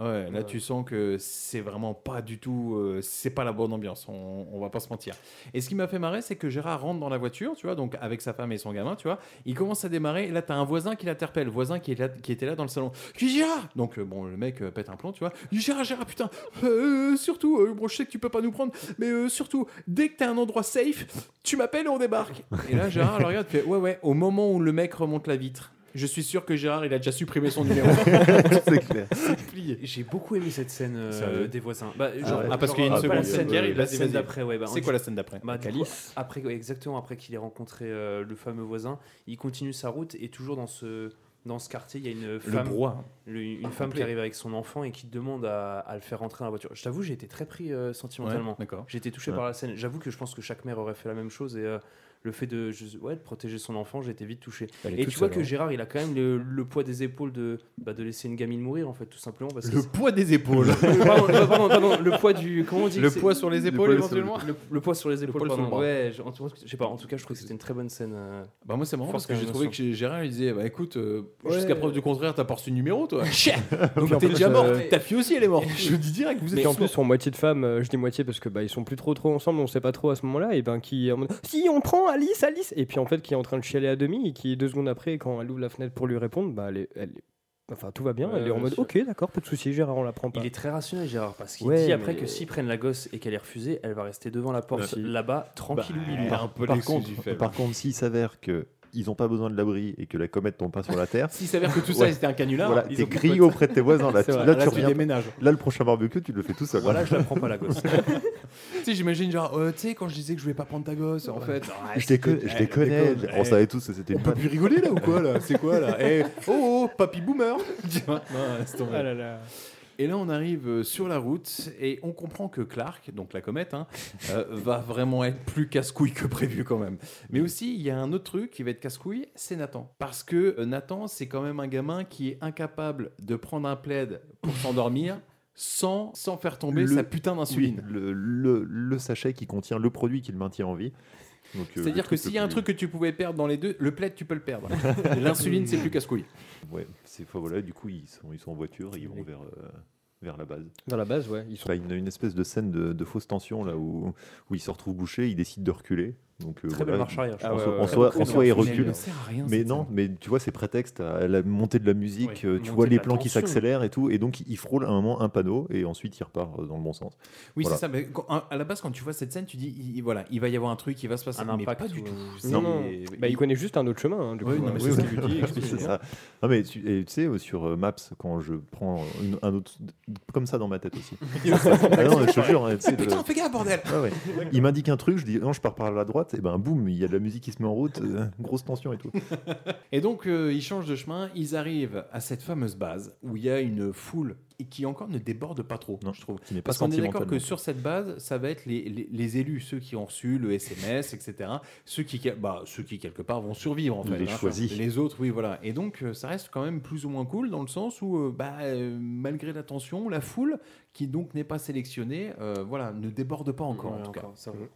Euh. Ouais. là, tu sens que c'est vraiment pas du tout. euh, c'est pas la bonne ambiance, on, on va pas se mentir. Et ce qui m'a fait marrer, c'est que Gérard rentre dans la voiture, tu vois, donc avec sa femme et son gamin, tu vois. Il commence à démarrer, et là, t'as un voisin qui l'interpelle, voisin qui, est là- qui était là dans le salon. Qui Gérard Donc, euh, bon, le mec euh, pète un plomb, tu vois. Gérard, Gérard, putain, euh, euh, surtout, euh, bon, je sais que tu peux pas nous prendre, mais euh, surtout, dès que t'as un endroit safe, tu m'appelles et on débarque. Et là, Gérard le regarde, fait Ouais, ouais, au moment où le mec remonte la vitre, je suis sûr que Gérard, il a déjà supprimé son numéro. C'est clair. J'ai beaucoup aimé cette scène euh, Sérieux des voisins. Bah, Ah ouais. Ah, parce qu'il y a une pas seconde la scène scène, qui arrive, la vas-y, scène vas-y. d'après. Ouais, bah, C'est on- quoi la scène d'après bah, du coup, Calice. Après, ouais, exactement. Après qu'il ait rencontré euh, le fameux voisin, il continue sa route et toujours dans ce dans ce quartier, il y a une femme, brouhaha. le- une Ah, femme complet. qui arrive avec son enfant et qui demande à, à le faire rentrer dans la voiture. Je t'avoue, j'ai été très pris euh, sentimentalement. Ouais, d'accord. j'ai été touché Ouais. par la scène. J'avoue que je pense que chaque mère aurait fait la même chose et euh, le fait de, je- ouais, de protéger son enfant, j'ai été vite touché. Elle est Et toute tu vois seule, que hein. Gérard, il a quand même le, le poids des épaules de, bah, de laisser une gamine mourir, en fait, tout simplement. Parce que Le c'est- poids des épaules. pardon, pardon, pardon, le poids du. Comment on dit Le que c'est- poids sur les Le épaules, poids sur le- éventuellement le, le poids sur les épaules, poids sur le pardon. bras. Ouais, je, en tout cas, je sais pas, en tout cas, je trouve que c'était une très bonne scène. euh, Bah moi c'est marrant parce forte que j'ai trouvé que émotion. chez Gérard il disait bah écoute euh, Ouais. jusqu'à preuve du contraire t'as pas reçu le numéro toi. Chien Puis en Donc t'es plus, déjà euh, mort. Ta fille aussi elle est morte. Je vous dis direct vous Mais êtes en plus, morts. en moitié de femmes, euh, je dis moitié parce que bah ils sont plus trop trop ensemble, on sait pas trop à ce moment-là. Et ben qui est en mode si on prend Alice, Alice, et puis en fait qui est en train de chialer à demi et qui deux secondes après quand elle ouvre la fenêtre pour lui répondre, bah elle, est- elle est- enfin tout va bien, Ouais, elle est en bien mode sûr. ok d'accord pas de souci, Gérard on la prend pas. Il est très rationnel, Gérard, parce qu'il Ouais, dit après mais- que s'ils prennent la gosse et qu'elle est refusée, elle va rester devant la porte Merci. là-bas, tranquille Bah, ou par- par contre, par contre, s'il s'avère que ils n'ont pas besoin de l'abri et que la comète tombe pas sur la Terre. S'il s'avère que tout ça, c'était un canular, Voilà, ils t'es ont pas grillé besoin de- auprès de tes voisins. Là, C'est tu, vrai, là, là, tu tu reviens. déménages. Là, le prochain barbecue, tu le fais tout seul. Voilà, je la prends pas, la gosse. Tu sais j'imagine genre euh, tu sais quand je disais que je voulais pas prendre ta gosse en fait. Je les connais, je les connais. On savait Eh. tous que c'était On une peut panne. plus rigoler là ou quoi là C'est quoi là Eh, Oh oh papy boomer. Tu vois Non, laisse tomber. Ah là là. Et là, on arrive euh, sur la route et on comprend que Clark, donc la comète, hein, euh, va vraiment être plus casse-couille que prévu quand même. Mais aussi, il y a un autre truc qui va être casse-couille, c'est Nathan. Parce que euh, Nathan, c'est quand même un gamin qui est incapable de prendre un plaid pour s'endormir sans, sans faire tomber Le- sa putain d'insuline. oui, le, le- le sachet qui contient le produit qui le maintient en vie. Donc, euh, le C'est-à-dire que truc s'il le y a un plus- truc que tu pouvais perdre dans les deux, le plaid, tu peux le perdre. L'insuline, c'est plus casse-couille. Ouais, c'est enfin, voilà, du coup ils sont, ils sont en voiture et ils vont vers, euh, vers la base. Vers la base, ouais. Ils sont... Enfin, une, une espèce de scène de, de fausse tension là où, où ils se retrouvent bouchés, ils décident de reculer. Donc, euh, Très belle voilà, marche arrière, je en pense. soi- Ah ouais, en ouais, soi, ouais. en soi, ils Mais elle reculent. ne sert à rien, Mais cette non, mais tu vois, c'est prétexte à la montée de la musique, Ouais, euh, tu montée vois de les la plans qui tension. s'accélèrent et tout, et donc ils frôlent à un moment un panneau et ensuite ils repartent dans le bon sens. Oui, Voilà. c'est ça. Mais quand- à la base, quand tu vois cette scène, tu dis, il, il- voilà, il va y avoir un truc, il va se passer. Un mais impact euh, pas du tout. C'est- Non, non. Bah, il connaît juste un autre chemin. hein, du Oui, coup, non, hein. mais Oui, c'est oui. ça. Lui dit, C'est C'est explique. ça. Non, mais tu, et tu sais, euh, sur euh, Maps, quand je prends une- un autre. Comme ça dans ma tête aussi. Ah non, je te jure. hein, tu sais, Putain, le- fais gaffe, bordel Ah ouais. Il m'indique un truc, je dis non, je pars par la droite, et ben boum, il y a de la musique qui se met en route, euh, grosse tension et tout. Et donc, euh, ils changent de chemin, ils arrivent à cette fameuse base où il y a une foule et qui encore ne déborde pas trop, je trouve. qui n'est pas Parce qu'on est d'accord sentimentalement. que sur cette base, ça va être les, les- les élus, ceux qui ont reçu le SMS, etc. Ceux qui, bah, ceux qui quelque part vont survivre en fait. hein. Les choisis. Les autres, oui, voilà. Et donc, euh, ça reste quand même plus ou moins cool dans le sens où, euh, bah, euh, malgré la tension, la foule qui donc n'est pas sélectionnée, euh, voilà, ne déborde pas encore en tout cas.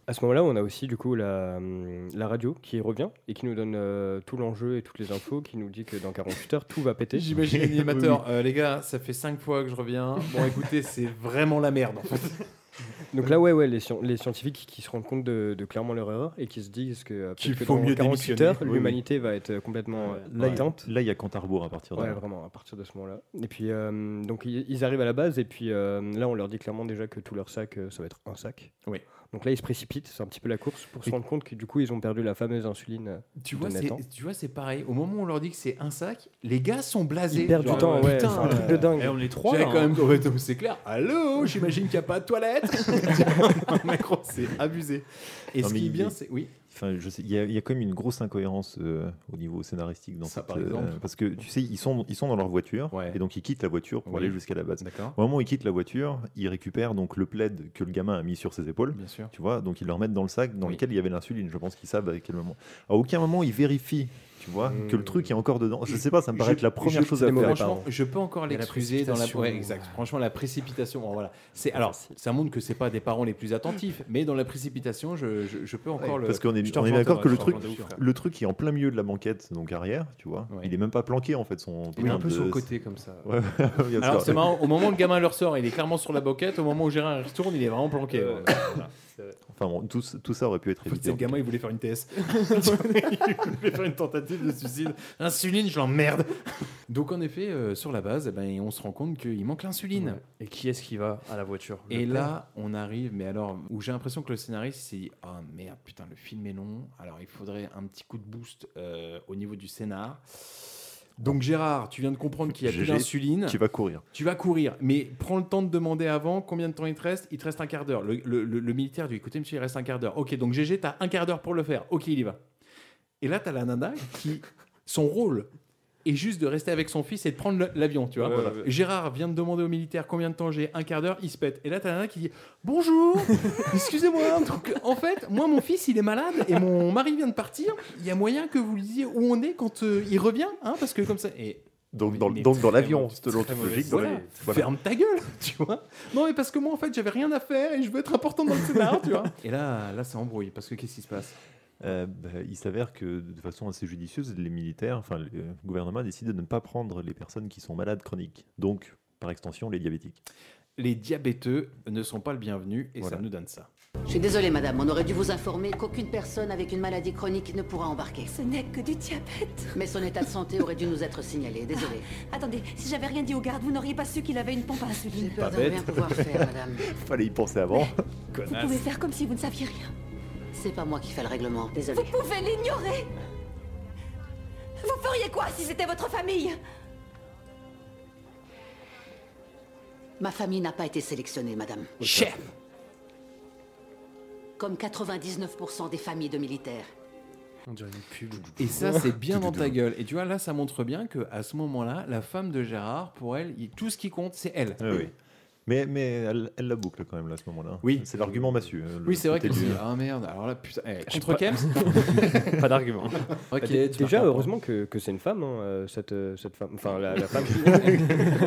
À ce moment-là, on a aussi du coup la, hum, la radio qui revient et qui nous donne euh, tout l'enjeu et toutes les infos, qui nous dit que dans 48 heures tout va péter. J'imagine l'animateur, euh, les gars, ça fait 5 fois que je reviens. Bon, écoutez, c'est vraiment la merde en fait. Donc là, ouais, ouais, les, scien- les scientifiques qui se rendent compte de, de clairement leur erreur et qui se disent que, euh, peut-être Qu'il que faut dans mieux 48 heures, démissionner. Oui, l'humanité va être euh, complètement euh, Là, il y a- éteinte. là, il y a Cantarbourg à partir de Ouais, là. vraiment, à partir de ce moment-là. Et puis, euh, donc, ils ils arrivent à la base, et puis euh, là, on leur dit clairement déjà que tout leur sac, euh, ça va être un sac. Oui. Donc là, ils se précipitent, c'est un petit peu la course, pour se rendre compte que du coup, ils ont perdu la fameuse insuline. euh, Tu de vois, c'est, Nathan. tu vois, c'est pareil. Au moment où on leur dit que c'est un sac, les gars sont blasés. Ils perdent du Genre, temps, euh, ouais, putain, c'est un truc euh, de dingue. eh, on est trois. J'avais là, quand hein. même- En fait, c'est clair. Allô, j'imagine qu'il n'y a pas de toilette. Mais gros, c'est abusé. Et Non, ce mais qui est il- bien, c'est. Oui. Enfin, je sais, il y, a- il y a quand même une grosse incohérence euh, au niveau scénaristique dans Ça, ça, par exemple. parce que tu sais, ils sont, ils sont dans leur voiture et donc ils quittent la voiture pour Oui. aller jusqu'à la base. D'accord. Au moment où ils quittent la voiture, ils récupèrent donc le plaid que le gamin a mis sur ses épaules. Bien sûr. Tu vois, donc ils le remettent dans le sac dans Oui. lequel il y avait l'insuline. Je pense qu'ils savent à quel moment. À aucun moment ils vérifient. Tu vois que le truc est encore dedans. Je sais pas, ça me paraît être la première Hmm. je- chose à mais faire. Franchement, je peux encore Mais la l'excuser dans la. précipitation. Ouais, exact. Franchement, la précipitation. bon, voilà. C'est alors, ça montre que c'est pas des parents les plus attentifs, mais dans la précipitation, je, je- je peux encore le. Parce qu'on Je est, te on est rejoins, d'accord que Thomas, je te le truc, rejoins de ouf, frère. le truc qui est en plein milieu de la banquette, donc arrière, tu vois, il est même pas planqué en fait. Son Il est putain un peu de- sur le côté, comme ça. Ouais, bien Alors sûr. c'est marrant, au moment où le gamin leur sort, il est clairement sur la boquette, au moment où Gérard il retourne, il est vraiment planqué. Euh, Voilà. Enfin bon, tout, tout ça aurait pu être En fait, évité. c'est le gamin, il voulait faire une TS. il voulait faire une tentative de suicide. Insuline, je l'emmerde. Donc en effet, euh, sur la base, eh ben, on se rend compte qu'il manque l'insuline. Et qui est-ce qui va à la voiture Le Et père. là, on arrive, mais alors, où j'ai l'impression que le scénariste s'est dit Ah merde, putain, le film est long, alors il faudrait un petit coup de boost euh, au niveau du scénar. Donc Gérard, tu viens de comprendre qu'il y a plus GG, d'insuline. tu vas courir. Tu vas courir, mais prends le temps de demander avant combien de temps il te reste. Il te reste un quart d'heure. Le, le- le- le militaire dit Écoutez, monsieur, il reste un quart d'heure. Ok, donc GG, t'as un quart d'heure pour le faire. Ok, il y va. Et là, t'as la nana qui. Son rôle, et juste de rester avec son fils et de prendre le- l'avion, tu vois. Ouais, ouais, ouais. Gérard vient de demander aux militaires combien de temps j'ai, un quart d'heure, il se pète. Et là, t'as un qui dit Bonjour, excusez-moi. Donc, en fait, moi, mon fils, il est malade et mon mari vient de partir. Il y a moyen que vous lui disiez où on est quand euh, il revient, hein, parce que comme ça. Et Donc dans, donc dans l'avion, c'est selon toute logique. dans Voilà. les- voilà. Ferme ta gueule, tu vois. Non, mais parce que moi, en fait, j'avais rien à faire et je veux être important dans le scénario, tu vois. Et là, là, ça embrouille parce que qu'est-ce qui se passe Euh, bah, il s'avère que de façon assez judicieuse, les militaires, enfin le euh, gouvernement a décidé de ne pas prendre les personnes qui sont malades chroniques, donc par extension les diabétiques. Les diabéteux ne sont pas le bienvenu et ça nous donne ça. Je suis désolée, madame, on aurait dû vous informer qu'aucune personne avec une maladie chronique ne pourra embarquer. Ce n'est que du diabète. Mais son état de santé aurait dû nous être signalé, désolée. Attendez, si j'avais rien dit au garde, vous n'auriez pas su qu'il avait une pompe à insuline. Peur de rien pouvoir faire, madame. Fallait y penser avant. Vous pouvez faire comme si vous ne saviez rien. C'est pas moi qui fais le règlement, désolée. Vous pouvez l'ignorer. Vous feriez quoi si c'était votre famille Ma famille n'a pas été sélectionnée, madame. Chef Comme 99% des familles de militaires. On dirait une pub. Et ça, c'est bien dans ta gueule. Et tu vois, là, ça montre bien que à ce moment-là, la femme de Gérard, pour elle, il- tout ce qui compte, c'est elle. Ouais, Ah oui. Mais, mais elle, elle la boucle quand même là, à ce moment-là. Oui. C'est l'argument massue. euh, le Oui, c'est vrai côté qu'elle se du- dit Ah merde, alors là, putain, eh, Je contre sais pas. Kems Pas d'argument. Ok, Bah, dé- tu déjà, marques un heureusement que, que c'est une femme, hein, euh, cette, euh, cette femme. Enfin, la, la femme.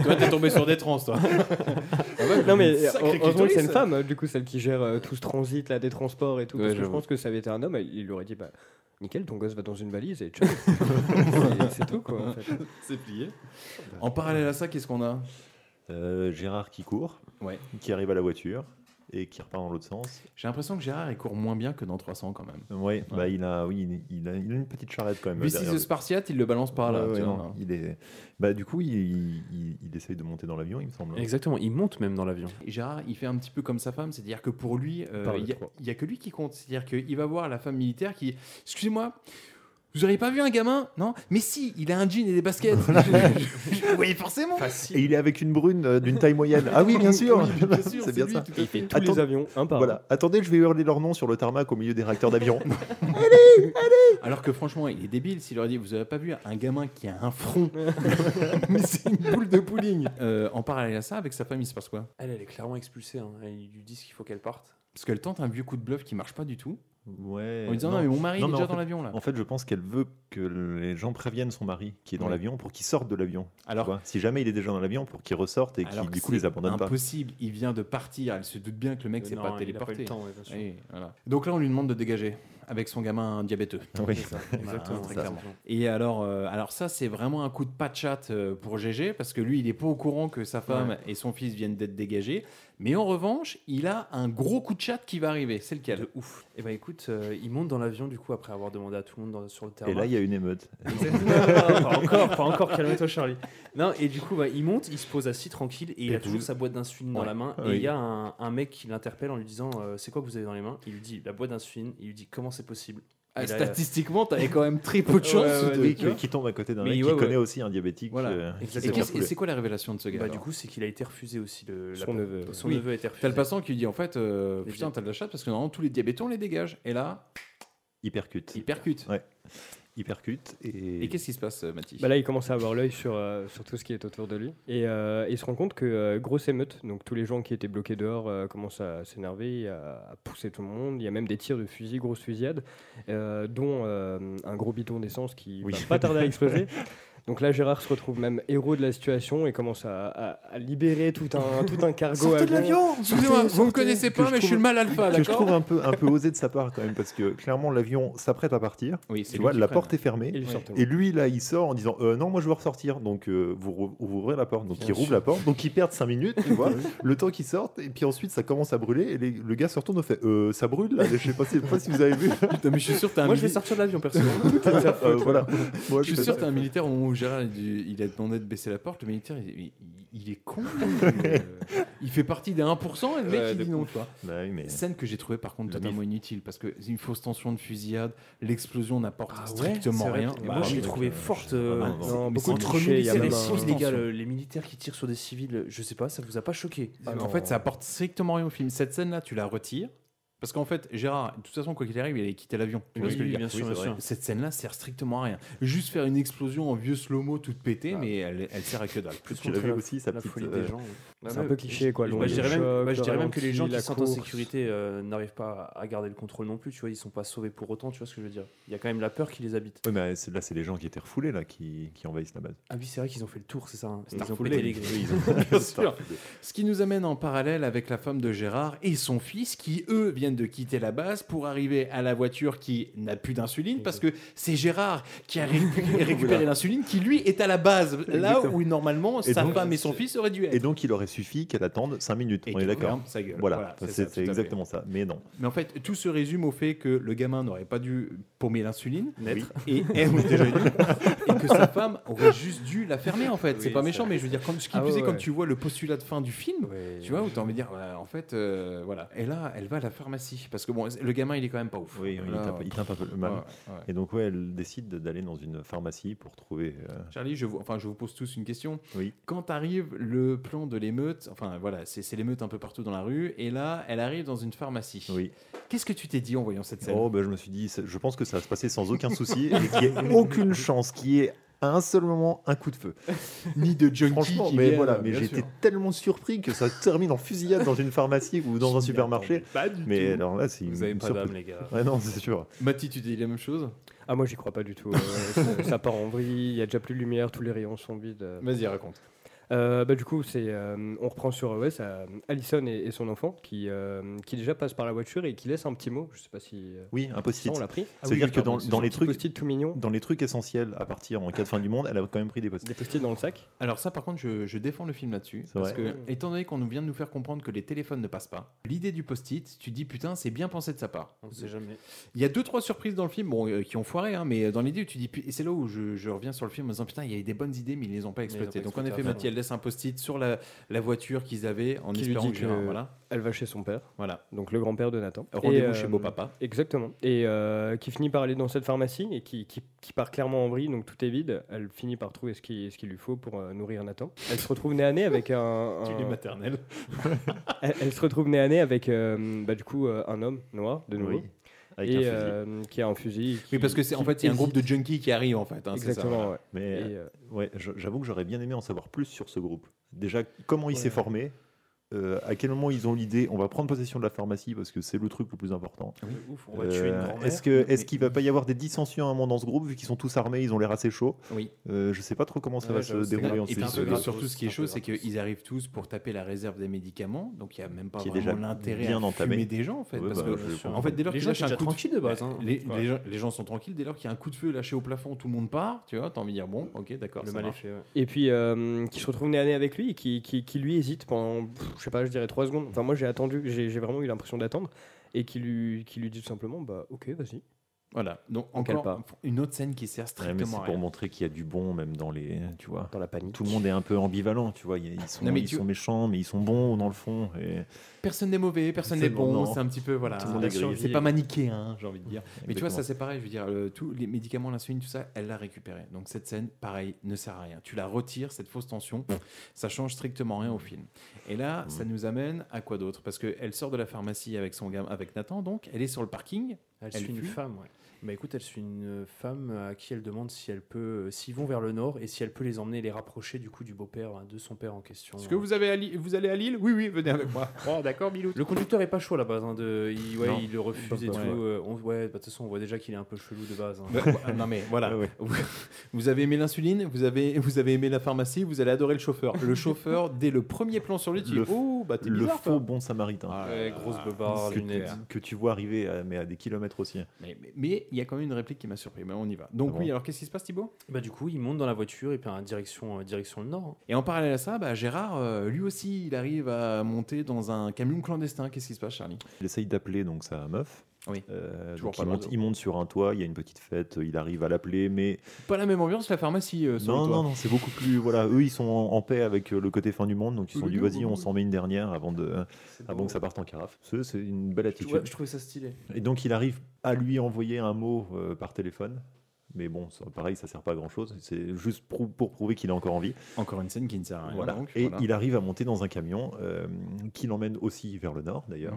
Toi, t'es tombé sur des trans, toi. Ah ouais, non, mais une euh, sacrée heureusement que c'est une clitoris. femme, euh, du coup, celle qui gère euh, tout ce transit, là, des transports et tout. Ouais, parce que je j'avoue. pense que ça avait été un homme, il il aurait dit bah, Nickel, ton gosse va dans une valise et ciao. C'est- c'est tout, quoi. en fait. C'est plié. En parallèle à ça, qu'est-ce qu'on a Euh, Gérard qui court, qui arrive à la voiture et qui repart dans l'autre sens. J'ai l'impression que Gérard, il court moins bien que dans 300 quand même. Ouais, Bah, il a, oui, il- il a, il a une petite charrette quand même. Lui, si derrière ce lui. Spartiate, il le balance pas là. Ouais, ouais, tu vois, non, là. il est... bah, du coup, il, il, il essaye de monter dans l'avion, il me semble. Exactement, il monte même dans l'avion. Et Gérard, il fait un petit peu comme sa femme, c'est-à-dire que pour lui, euh, Parle de il y a- toi. il n'y a, que lui qui compte. C'est-à-dire qu'il va voir la femme militaire qui Excusez-moi, vous n'auriez pas vu un gamin Non Mais si, il a un jean et des baskets. oui, forcément. Et il est avec une brune euh, d'une taille moyenne. Ah oui, bien sûr. Oui, bien sûr, c'est c'est bien lui, ça. tout à Il fait. fait tous les avions, un par Voilà. Attendez, je vais hurler leur nom sur le tarmac au milieu des réacteurs d'avion. Alors que franchement, il est débile s'il leur dit Vous n'avez pas vu un gamin qui a un front Mais c'est une boule de bowling. Euh, en parallèle à ça, avec sa femme, il se passe quoi Elle, elle est clairement expulsée. hein. Elle- Ils lui disent qu'il faut qu'elle parte. Parce qu'elle tente un vieux coup de bluff qui marche pas du tout. Ouais. En lui disant Non, mais mon mari, il est en déjà fait- dans l'avion, là. En fait, je pense qu'elle veut que les gens préviennent son mari qui est dans Ouais. l'avion pour qu'il sorte de l'avion. Alors- tu vois. si jamais il est déjà dans l'avion, pour qu'il ressorte et Alors qu'il que du coup c'est les abandonne Impossible, il vient de partir, elle se doute bien que le mec Euh, s'est non, pas il a téléporté. pas eu le temps, ouais, bien sûr. Oui, voilà. Donc là, on lui demande de dégager avec son gamin diabéteux. Oui, C'est ça. exactement, Voilà, très ça. clairement. Et alors, euh, alors ça, c'est vraiment un coup de pas de chat euh, pour GG parce que lui, il est pas au courant que sa femme Ouais. et son fils viennent d'être dégagés. Mais en revanche, il a un gros coup de chat qui va arriver. C'est lequel De ouf. Et bah écoute, euh, il monte dans l'avion du coup après avoir demandé à tout le monde dans- sur le pas. terrain. Et là, il y a une émeute. Non, pas encore, pas encore, calme-toi Charlie. Non, et du coup, bah, il monte, il se pose assis tranquille et il a Épouse. toujours sa boîte d'insuline dans Ouais. la main. Et il Oui. y a un, un mec qui l'interpelle en lui disant euh, C'est quoi que vous avez dans les mains Il lui dit La boîte d'insuline. Il lui dit Comment c'est possible Ah, Et là, statistiquement, t'avais quand même très peu de chances de- oui, qui- qui tombe à côté d'un Mais mec qui ouais, ouais. connaît aussi un diabétique. Voilà. euh, qui s'est Et fait qu'est-ce- et couler. c'est quoi la révélation de ce gars Bah, alors du coup, c'est qu'il a été refusé aussi. Le, la- Son neveu, ouais. Son Oui. neveu a été T'as refusé. le passant qui lui dit en fait, euh, Les putain, t'as de la chatte parce que normalement tous les diabéteux on les dégage. Et là, Il percute. il percute. Ouais. Il percute et. Et qu'est-ce qui se passe, euh, Mathis Bah là, il commence à avoir l'œil sur, euh, sur tout ce qui est autour de lui. Et euh, il se rend compte que euh, grosse émeute, donc tous les gens qui étaient bloqués dehors euh, commencent à s'énerver, à, à pousser tout le monde. Il y a même des tirs de fusil, grosse fusillade, euh, dont euh, un gros bidon d'essence qui Oui. va pas tarder à exploser. Donc là, Gérard se retrouve même héros de la situation et commence à, à- à libérer tout un, tout un cargo. Sortez de avion. l'avion Excusez-moi, Sortez, vous me sortez. connaissez que pas, mais je suis trouve- le mal alpha, Que je d'accord trouve un peu, un peu osé de sa part quand même, parce que clairement l'avion s'apprête à partir. Oui, c'est tu lui vois, qui la freine. porte est fermée. Et lui sort tout le Et lui, là, il sort en disant Euh, Non, moi je veux ressortir. Donc euh, vous, rou- vous ouvrez la porte. Donc il rouvre la porte. Donc il perd 5 minutes, tu vois, le temps qu'il sorte. Et puis ensuite, ça commence à brûler. Et les- le gars se retourne et fait Euh, Ça brûle là Je sais pas si, pas si vous avez vu. mais je suis sûr que t'as un Moi, je vais mili- sortir de l'avion, perso. Ah Euh, voilà. Moi, je suis fais sûr ça. que t'as un militaire au moment où Gérard il, dit- il a demandé de baisser la porte, le militaire il, il- il est con. euh, il fait partie des 1% et le mec Ouais, il de dit non. ouf. tu vois. Bah oui, mais- Scène que j'ai trouvée par contre La totalement inutile parce que c'est une fausse tension de fusillade, l'explosion n'apporte Ah ouais, strictement c'est vrai. rien. Et moi, je l'ai trouvé forte. euh, Ah, non, non, mais beaucoup de entre clichés, il y a militaires et même un- civils, les gars, le- les militaires qui tirent sur des civils, je sais pas, ça vous a pas choqué Ah en fait, ça apporte strictement rien au film. Cette scène-là, tu la retires. Parce qu'en fait, Gérard, de toute façon, quoi qu'il arrive, il allait quitter l'avion. Tu vois Oui, ce que je veux oui, dire bien sûr, bien c'est sûr. vrai. Cette scène-là sert strictement à rien. Juste faire une explosion en vieux slow-mo toute pétée, Bah. mais elle, elle sert à que dalle. Plus tu l'as vu aussi, sa petite, euh, C'est un peu cliché, quoi, Bah, l'onde je de dirais même, choc, bah, je le dirais même que les gens ralenti, qui la sont en course. sécurité euh, n'arrivent pas à garder le contrôle non plus. Tu vois, ils sont pas sauvés pour autant. Tu vois ce que je veux dire Il y a quand même la peur qui les habite. Oui, mais c'est- là, c'est les gens qui étaient refoulés là, qui, qui envahissent la base. Ah oui, c'est vrai qu'ils ont fait le tour, c'est ça. hein. Ils ont Starfoulé. pété les Oui, grilles. ils ont- Bien sûr. Ce qui nous amène en parallèle avec la femme de Gérard et son fils qui, eux, viennent de quitter la base pour arriver à la voiture qui n'a plus d'insuline parce que c'est Gérard qui a ré- récupéré l'insuline qui, lui, est à la base, là Exactement. où normalement Et sa donc, femme et son fils auraient dû être. Et donc, il aurait suffi qu'elle attende 5 minutes. on est qu'elle d'accord. ferme sa gueule. Voilà, Voilà, c'est ça, c'est tout à fait. exactement ça. Mais non. Mais en fait, tout se résume au fait que le gamin n'aurait pas dû paumer l'insuline, Naître. et, et- oui, déjà, et que sa femme aurait juste dû la fermer en fait. c'est Oui, pas c'est méchant, vrai. mais je veux dire, quand, ce qui Ah plus ouais, est, quand ouais. tu vois le postulat de fin du film, tu vois, où t'as envie de dire, voilà, en fait, euh, voilà. Et là, elle va à la pharmacie parce que bon, le gamin, il est quand même pas ouf. Oui, il, Là, tape, il tape un peu le mal. ouais, ouais. Et donc, ouais, elle décide d'aller dans une pharmacie pour trouver. euh, Charlie, je vous, enfin, je vous pose tous une question. Quand arrive le plan de l'émeute, enfin voilà, c'est c'est l'émeute un peu partout dans la rue, et là, elle arrive dans une pharmacie. Qu'est-ce que tu t'es dit en voyant cette scène Oh, bah, je me suis dit, c'est- je pense que ça va se passer sans aucun souci et qu'il n'y ait aucune chance qu'il y ait à un seul moment un coup de feu. Ni de junkie Franchement, qui mais viennent, voilà, mais bien j'étais sûr. tellement surpris que ça termine en fusillade dans une pharmacie ou dans un supermarché. mais alors là, c'est une, Vous avez une pas d'âme, surprise. les gars. Ouais, non, c'est sûr. Mathis, tu dis la même chose Ah, moi, j'y crois pas du tout. euh, ça- ça part en vrille, il y a déjà plus de lumière, tous les rayons sont vides. euh. Vas-y, raconte. Euh, bah, du coup, c'est, euh, on reprend sur euh, ouais, ça- Allison et, et son enfant qui, euh, qui déjà passent par la voiture et qui laissent un petit mot. Je sais pas si. euh, Oui, un post-it. ça, on l'a pris. Ah oui, C'est-à-dire oui, que pardon, dans, c'est dans un les petit trucs, post-it tout mignon. dans les trucs essentiels à partir en cas de fin du monde, elle a quand même pris des post-it. Des post-it dans le sac. Alors ça, par contre, je, je défends le film là-dessus. C'est Parce vrai. que, étant donné qu'on nous vient de nous faire comprendre que les téléphones ne passent pas, l'idée du post-it, tu dis putain, c'est bien pensé de sa part. On sait jamais. Il y a deux, trois surprises dans le film bon, euh, qui ont foiré, hein, mais dans l'idée où tu dis. pu- Et c'est là où je, je reviens sur le film en disant putain, il y avait des bonnes idées, mais ils les ont pas ils ont pas exploitées. Donc en exploitées à effet, fond. Mathieu, elle laisse un post-it sur la, la voiture qu'ils avaient en qui lui espérant dit que, que Gérard- voilà. elle va chez son père. Voilà. Donc le grand-père de Nathan. Rendez-vous Et, euh, chez beau papa. Exactement. Et euh, qui finit par aller dans cette pharmacie et qui, qui- qui part clairement en vrille, donc tout est vide. Elle finit par trouver ce qu'il ce qu'il lui faut pour euh, nourrir Nathan. Elle se retrouve nez à nez avec un. Tu un- les maternelles. elle, elle se retrouve nez à nez avec euh, bah, du coup euh, un homme noir de nouveau. Oui. Avec et, un fusil. euh, qui a un fusil. Oui, parce que c'est en fait, il y a un groupe de junkies qui arrive en fait. hein, c'est ça, voilà. euh, Exactement. ouais. euh, Mais ouais, je- j'avoue que j'aurais bien aimé en savoir plus sur ce groupe. Déjà, comment il s'est formé euh, à quel moment ils ont l'idée On va prendre possession de la pharmacie parce que c'est le truc le plus important. Euh, De ouf, on va tuer une grand-mère. Est-ce que est-ce qu'il va pas y avoir des dissensions à un moment dans ce groupe vu qu'ils sont tous armés, ils ont l'air assez chauds Oui. Euh, je sais pas trop comment ça va se dérouler Et puis, ensuite. surtout, surtout, ce qui est chaud, c'est qu'ils arrivent tous pour taper la réserve des médicaments, donc il n'y a même pas Qui est vraiment déjà l'intérêt bien à entamé. fumer des gens en fait. Ouais, parce bah, que, je le comprends. en fait, dès lors Les qu'il gens lâche étaient un déjà coup tranquilles de base, hein. les, Ouais. les gens, les gens sont tranquilles. Dès lors qu'il y a un coup de feu lâché au plafond, tout le monde part. Tu vois, t'as envie de dire bon, ok, d'accord. Le ça mal est marche. fait, ouais. Et puis euh, qui se retrouve nez à nez avec lui et qui, qui, qui lui hésite pendant, pff, je sais pas, je dirais 3 secondes. Enfin, moi j'ai attendu, j'ai j'ai vraiment eu l'impression d'attendre et qui lui, qui lui dit tout simplement, bah ok, vas-y. Voilà. Donc On cale encore pas. une autre scène qui sert Ouais, mais c'est strictement à pour rien. montrer qu'il y a du bon même dans les tu vois dans la panique tout le monde est un peu ambivalent tu vois ils ils sont, Non, mais ils tu- sont méchants mais ils sont bons dans le fond et Personne n'est mauvais, personne n'est Absolument, bon. non. C'est un petit peu voilà. Tout le monde est grillé. C'est pas maniqué, hein, j'ai envie de dire. Mais tu vois, Exactement. ça c'est pareil. Je veux dire, le- tous les médicaments, l'insuline, tout ça, elle l'a récupéré. Donc cette scène, pareil, ne sert à rien. Tu la retires cette fausse tension, Mm. ça change strictement rien au film. Et là, ça nous amène à quoi d'autre Parce que elle sort de la pharmacie avec son gamin, avec Nathan. Donc, elle est sur le parking. Elle, suit une fuit. femme, ouais. Bah écoute, elle suit une femme euh, à qui elle demande si elle peut, euh, s'ils vont vers le nord et si elle peut les emmener, les rapprocher du coup du beau-père, hein, de son père en question. hein. Est-ce que vous avez à Lille- vous allez à Lille Oui, oui, venez avec moi. Oh, d'accord, Milou. Le conducteur est pas chaud à la base, hein, de... il, ouais, Non. il le refuse et Ouais. tout. euh, on- Ouais, bah, de toute façon, on voit déjà qu'il est un peu chelou de base. hein. Bah, bah, non mais voilà. Vous, vous avez aimé l'insuline, vous avez, vous avez aimé la pharmacie, vous allez adorer le chauffeur. Le chauffeur, dès le premier plan sur lui, tu dis Le f- Oh, bah t'es le bizarre. Ah, faux toi. bon samaritain Ouais, grosse beubare, que, lunettes. que tu vois arriver à- mais à des kilomètres aussi Mais mais- mais il y a quand même une réplique qui m'a surpris, mais on y va. Donc Ah bon oui, alors qu'est-ce qui se passe Thibaut Bah du coup, il monte dans la voiture et puis en direction, euh, direction le nord. hein. Et en parallèle à ça, bah, Gérard, euh, lui aussi, il arrive à monter dans un camion clandestin. Qu'est-ce qui se passe Charlie il essaye d'appeler donc sa meuf Oui. Euh, Toujours donc pas il, de monte, réseau. il monte sur un toit, il y a une petite fête, euh, il arrive à l'appeler, mais Pas la même ambiance, la pharmacie. euh, selon non, toi. non, non, c'est beaucoup plus. Voilà, eux ils sont en, en paix avec euh, le côté fin du monde, donc ils se sont dit vas-y, on s'en met une dernière avant, de, avant que ça parte en carafe. C'est c'est une belle attitude. Ouais, je trouvais ça stylé. Et donc il arrive à lui envoyer un mot euh, par téléphone. Mais bon, ça- pareil, ça sert pas à grand chose. C'est juste prou- pour, prouver qu'il est encore en vie. Encore une scène qui ne sert à rien, Voilà. donc, et Ah, voilà. il arrive à monter dans un camion euh, qui l'emmène aussi vers le nord, d'ailleurs.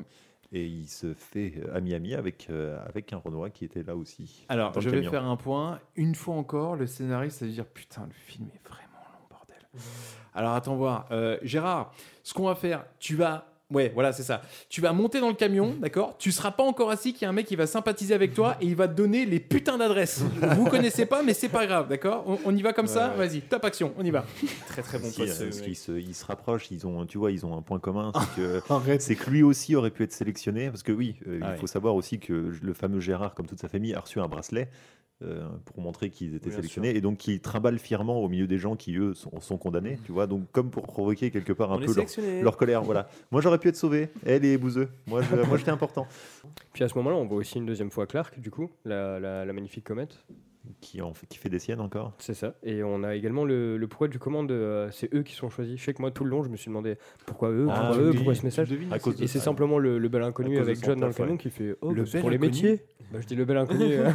et il se fait ami-ami avec, euh, avec un Renoir qui était là aussi. Alors, dans le je vais camion. faire un point. Une fois encore, le scénariste va se dire Putain, le film est vraiment Mmh. long, bordel. Alors, attends voir. Euh, Gérard, ce qu'on va faire, tu vas. Ouais, voilà, c'est ça. Tu vas monter dans le camion, Mmh. d'accord Tu seras pas encore assis qu'il y a un mec qui va sympathiser avec toi et il va te donner les putains d'adresses. Vous connaissez pas, mais c'est pas grave, d'accord on, on y va comme ça Vas-y, top action, on y va. Très Ah, très bon Si, euh, parce qu'ils se, ils se rapprochent, ils ont, tu vois, ils ont un point commun, c'est que, Arrête. c'est que lui aussi aurait pu être sélectionné, parce que oui, euh, Ah il ouais. faut savoir aussi que le fameux Gérard, comme toute sa famille, a reçu un bracelet euh, pour montrer qu'ils étaient Bien sélectionnés, et donc il trimballe fièrement au milieu des gens qui, eux, sont, sont condamnés, tu vois, donc comme pour provoquer quelque part un On est peu leur, sélectionnés. leur colère, voilà. Moi j'aurais pu être sauvé, elle est bouseux, moi je- moi, j'étais important. Puis à ce moment-là, on voit aussi une deuxième fois Clark, du coup, la, la- la magnifique comète. Qui, en fait, qui fait des siennes encore. C'est ça. Et on a également le, le pourquoi du commande. euh, c'est eux qui sont choisis. Je sais que moi, tout le long, je me suis demandé pourquoi eux, Ah, pourquoi tu eux, le pourquoi dis, ce message. tu le devines, Et à cause de c'est ça. simplement le, le bel À inconnu cause de avec son John dans le taf, ouais. camion qui fait Oh, Le bah, c'est bel pour les inconnu. métiers. Bah, je dis le bel inconnu. euh.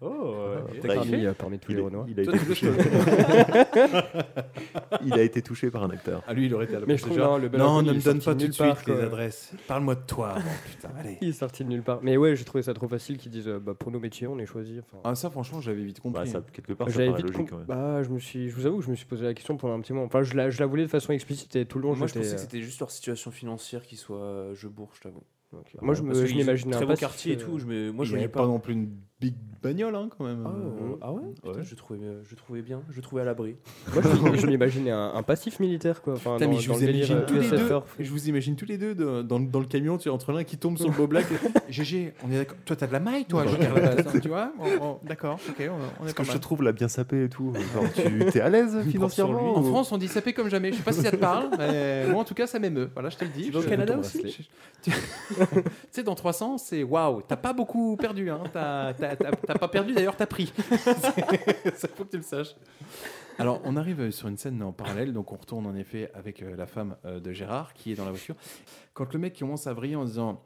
oh, euh, Bah, parmi, il- euh, parmi tous il les a- Renoirs. Il a été touché. Il a été touché par un acteur. Ah, lui, il aurait été à la Mais je place trouve, de Gérard. non, le bel Non, inconnu, ne il me est donne pas sorti de tout de nulle suite les part, quoi. adresses. Parle-moi de toi avant, putain, allez. Il est sorti de nulle part. Mais ouais, j'ai trouvé ça trop facile qu'ils disent euh, bah, pour nos métiers, on est choisis. Enfin, Ah, Bah, ça, franchement, j'avais vite compris. Bah, ça, quelque part, J'avais vite com- Bah, je me suis, je vous avoue que je me suis posé la question pendant un petit moment. Enfin, je la, je la voulais de façon explicite et tout le long. Moi, je j'étais, pensais que euh, c'était juste leur situation financière qui soit euh, je bourge, je t'avoue. Moi, je me- Parce je qu'ils ont m'imaginais Très un beau passif, quartier et euh, tout. Je me, moi, je il voyais avait pas. non plus une big bagnole, hein, quand même. Ah, Euh, euh, ah ouais, Putain, Je, trouvais, euh, je trouvais bien, je trouvais à l'abri. Moi, je, je m'imaginais un, un passif militaire, quoi. Enfin, Putain, dans- mais je dans vous le délire, imagine euh, tous les deux. SFR. Je vous imagine tous les deux de- dans, dans le camion, tu es entre l'un qui tombe sur le beau black. GG, on est d'accord. Toi, t'as de la maille, toi, je regarde la place, hein, tu vois On- on- D'accord, ok, on- on, est Parce pas que je mal. te trouve là bien sapé et tout. Genre, tu t'es à l'aise Une prof sur financièrement lui, En France, on dit sapé comme jamais. Je sais pas si ça te parle, mais moi, en tout cas, ça m'émeut. Voilà, je te le dis. vas au Je- Canada ton aussi bracelet. Tu tu sais, dans 300, c'est waouh. T'as pas beaucoup perdu. Hein. T'as t'as- t'as- t'as pas perdu, d'ailleurs, t'as pris. C'est- ça faut que tu le saches. Alors, on arrive euh, sur une scène en parallèle, donc on retourne en effet avec euh, la femme euh, de Gérard qui est dans la voiture. Quand le mec commence à vriller en disant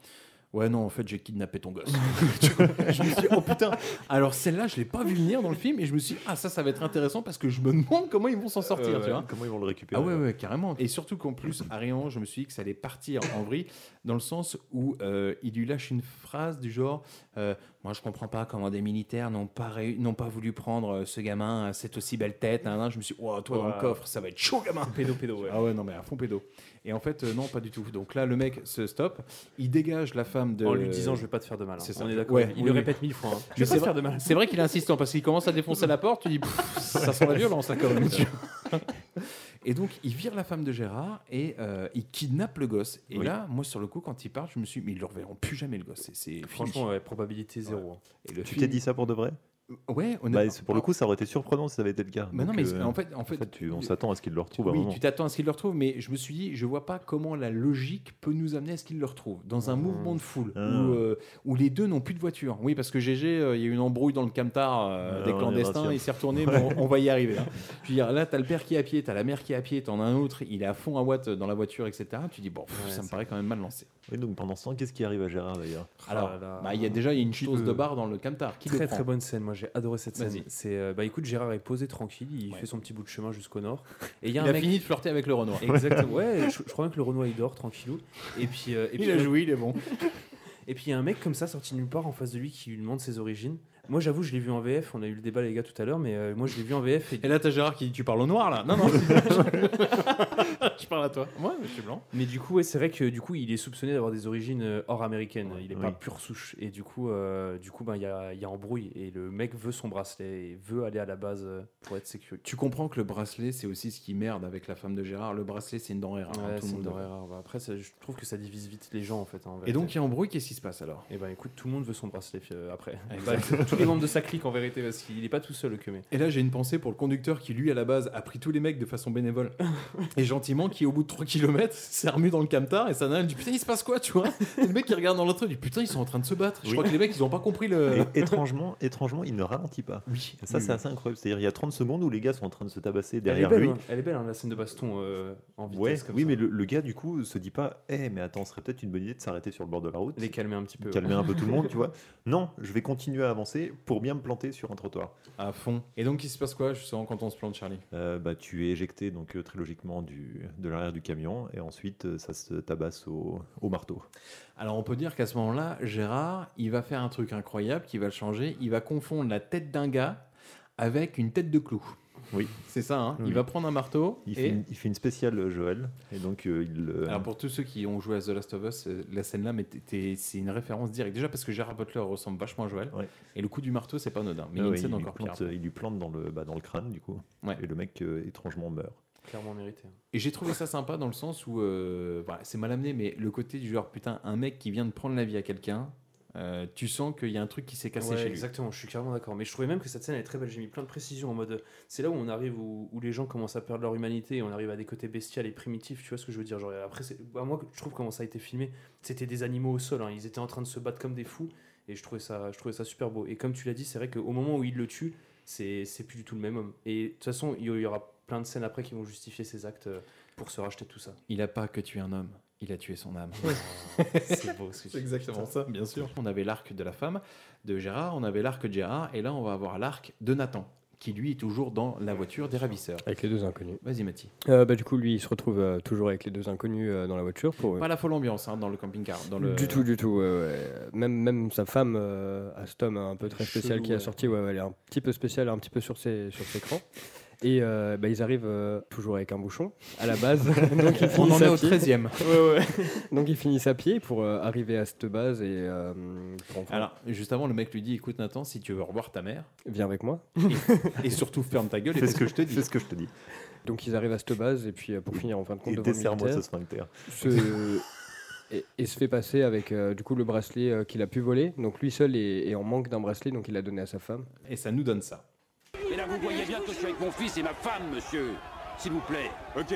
Ouais, non, en fait, j'ai kidnappé ton gosse. Tu vois, je me suis dit, Oh putain Alors, celle-là, je l'ai pas vu venir dans le film et je me suis dit Ah, ça, ça va être intéressant parce que je me demande comment ils vont s'en sortir, Euh, tu vois. Comment ils vont le récupérer Ah ouais, ouais, carrément. Et surtout qu'en plus, Arian, je me suis dit que ça allait partir en vrille, dans le sens où euh, il lui lâche une phrase du genre euh, Moi, je comprends pas comment des militaires n'ont pas, réu- n'ont pas voulu prendre euh, ce gamin à cette aussi belle tête. hein, hein. Je me suis dit Ouah, toi, dans Ouais. le coffre, ça va être chaud, gamin Pédo, pédo, ouais. Ah ouais, non, mais à fond pédo. Et en fait, euh, non, pas du tout. Donc là, le mec se stoppe, il dégage la femme de. En lui disant, je vais pas te faire de mal, hein. Euh, C'est ça. On est d'accord. Ouais, Il oui, le oui. répète mille fois, hein. Mais Je vais pas c'est te vrai- faire de mal. C'est vrai qu'il est insistant parce qu'il commence à défoncer la porte, tu dis Pff, ça sent la violence là quand même. tu vois. Et donc, il vire la femme de Gérard et euh, il kidnappe le gosse. Et Oui. là, moi, sur le coup, quand il part, je me suis dit, mais ils le reverront plus jamais, le gosse. C'est- C'est Franchement, fini. ouais, probabilité zéro. hein. Et le Tu film- t'es dit ça pour de vrai Ouais, honnêtement. Bah, c'est- pour le coup, ça aurait été surprenant si ça avait été le cas. Mais non, Donc, mais euh, en fait- en fait, tu- on s'attend à ce qu'il le retrouve à un Oui, moment. tu t'attends à ce qu'il le retrouve, mais je me suis dit, je vois pas comment la logique peut nous amener à ce qu'il le retrouve. Dans un mouvement de foule Ah. où, euh, où les deux n'ont plus de voiture. Oui, parce que GG, euh, il y a eu une embrouille dans le camtar euh, Ah, des on y clandestins, retient. il s'est retourné, Ouais. bon, on va y arriver. hein. Je veux dire, là, t'as le père qui est à pied, t'as la mère qui est à pied, t'en as un autre, il est à fond à Watt dans la voiture, etc. Tu dis, bon, pff, Ouais, ça me c'est- Oh paraît quand même mal lancé. Oui, donc pendant ce temps, qu'est-ce qui arrive à Gérard d'ailleurs Alors, bah, il y a déjà il y a une chose de barre dans le camtar. Qui le Oh très prend très bonne scène, moi j'ai adoré cette scène. Vas-y. C'est euh, bah écoute, Gérard est posé tranquille, il Ouais. fait son petit bout de chemin jusqu'au nord. Et Il a fini de flirter avec le Renoir. Exactement. Ouais, je, je crois bien que le Renoir il dort tranquillou. Et puis, euh, et Il puis- a joué, il est bon. Et puis il y a un mec comme ça sorti nulle part en face de lui qui lui demande ses origines. Moi j'avoue, je l'ai vu en VF. On a eu le débat les gars tout à l'heure, mais euh, moi je l'ai vu en VF. Et, Et là, t'as Gérard qui dit, tu parles au noir là Non, non. je parle à toi. Moi, je suis blanc. Mais du coup, ouais, c'est vrai que du coup, il est soupçonné d'avoir des origines euh, hors américaines. il est pas Oui. pure souche. Et du coup, euh, du coup, ben il y a, il y a embrouille et le mec veut son bracelet et veut aller à la base euh, pour être sécurisé. Tu comprends que le bracelet, c'est aussi ce qui merde avec la femme de Gérard. Le bracelet, c'est une denrée rare. hein, Ouais, tout c'est le monde une le denrée veut. rare. Bah, après, ça- je trouve que ça divise vite les gens en fait. hein, en Et vérité. donc, il y a embrouille, qu'est-ce qui se passe alors Eh ben écoute, tout le monde veut son bracelet euh, après. Exact. Bah, tous les membres de sa clique en vérité, parce qu'il n'est pas tout seul le cumé. Et là, j'ai une pensée pour le conducteur qui, lui, à la base, a pris tous les mecs de façon bénévole. et gentiment, qui, au bout de 3 km, s'est remis dans le camtar et ça n'a du putain, il se passe quoi, tu vois Et le mec qui regarde dans l'autre, il dit putain, ils sont en train de se battre. Je Oui. crois que les mecs, ils ont pas compris le. Et étrangement, étrangement, il ne ralentit pas. Et ça, Oui, Eh, c'est oui. assez incroyable. C'est-à-dire, il y a 30 secondes où les gars sont en train de se tabasser Elle est derrière belle, lui. hein. Elle est belle hein, la scène de baston euh, en vitesse. Ouais, comme oui, ça. mais le, le gars, du coup, se dit pas, eh, mais attends, ce serait peut-être une bonne idée de s'arrêter sur le bord de la route. Les calmer un petit peu. calmer ouais. un peu tout le monde, tu vois. Non, je vais continuer à avancer, c'est pour bien me planter sur un trottoir. À fond. Et donc, il se passe quoi, justement, quand on se plante, Charlie Euh, bah, tu es éjecté donc euh, très logiquement du, de l'arrière du camion et ensuite euh, ça se tabasse au, au marteau. Alors on peut dire qu'à ce moment-là, Gérard, il va faire un truc incroyable qui va le changer. Il va confondre la tête d'un gars avec une tête de clou. Oui. C'est ça, hein. Oui. il va prendre un marteau. Il, et... fait, une, il fait une spéciale euh, Joël et donc euh, il. euh, Alors pour tous ceux qui ont joué à The Last of Us, euh, la scène là, mais t'es- t'es- c'est une référence directe. Déjà parce que Gérard Butler ressemble vachement à Joël. Et le coup du marteau, c'est pas anodin. Mais il y ah a une ouais, scène lui encore pire. plante, euh, il lui plante dans le, bah, dans le crâne du coup. Et le mec euh, étrangement meurt. Clairement mérité. Et j'ai trouvé ça sympa dans le sens où euh, voilà, c'est mal amené, mais le côté du genre putain, un mec qui vient de prendre la vie à quelqu'un, euh, tu sens qu'il y a un truc qui s'est cassé Ouais, chez lui. Exactement, je suis carrément d'accord. Mais je trouvais même que cette scène elle est très belle. J'ai mis plein de précisions en mode. C'est là où on arrive où, où les gens commencent à perdre leur humanité et on arrive à des côtés bestials et primitifs. Tu vois ce que je veux dire Genre, Après, c'est- bah, moi, je trouve comment ça a été filmé. C'était des animaux au sol. hein. Ils étaient en train de se battre comme des fous. Et je trouvais ça, je trouvais ça super beau. Et comme tu l'as dit, c'est vrai qu'au moment où il le tue, c'est c'est plus du tout le même homme. Et de toute façon, il y il y aura plein de scènes après qui vont justifier ses actes euh, pour se racheter de tout ça. Il a pas que tué un homme, il a tué son âme. C'est beau ce que tu C'est exactement ça, bien sûr. On avait l'arc de la femme de Gérard, on avait l'arc de Gérard, et là on va avoir l'arc de Nathan, qui lui est toujours dans la voiture des ravisseurs. Avec les deux inconnus. Vas-y Mathis. Euh, bah, du coup, lui, il se retrouve euh, toujours avec les deux inconnus euh, dans la voiture pour. Pas la folle ambiance hein, dans le camping-car. Dans le... Du tout, du tout. ouais, ouais. Même, même sa femme, euh, à cet homme un peu très spécial Chelou, qui a ouais. sorti, ouais, ouais, elle est un petit peu spéciale, un petit peu sur ses, sur ses crans. Et euh, bah, ils arrivent euh, toujours avec un bouchon à la base. Donc, ils On en finissent est à au pied. 13e. Ouais, ouais. Donc ils finissent à pied pour euh, arriver à cette base et euh, pour enfin- Alors, juste avant, le mec lui dit Écoute, Nathan, si tu veux revoir ta mère, viens avec moi. Et, et surtout, ferme ta gueule et Fais fais ce que je te dis. Fais ce que je te dis. Donc ils arrivent à cette base et puis euh, pour finir en fin de compte Et devant le desserre-moi militaire, ce sphincter. se- et, et se fait passer avec euh, du coup le bracelet euh, qu'il a pu voler. Donc lui seul est, est en manque d'un bracelet donc il l'a donné à sa femme. Et ça nous donne ça. Mais là, vous voyez bien que je suis avec mon fils et ma femme, monsieur. S'il vous plaît. Ok,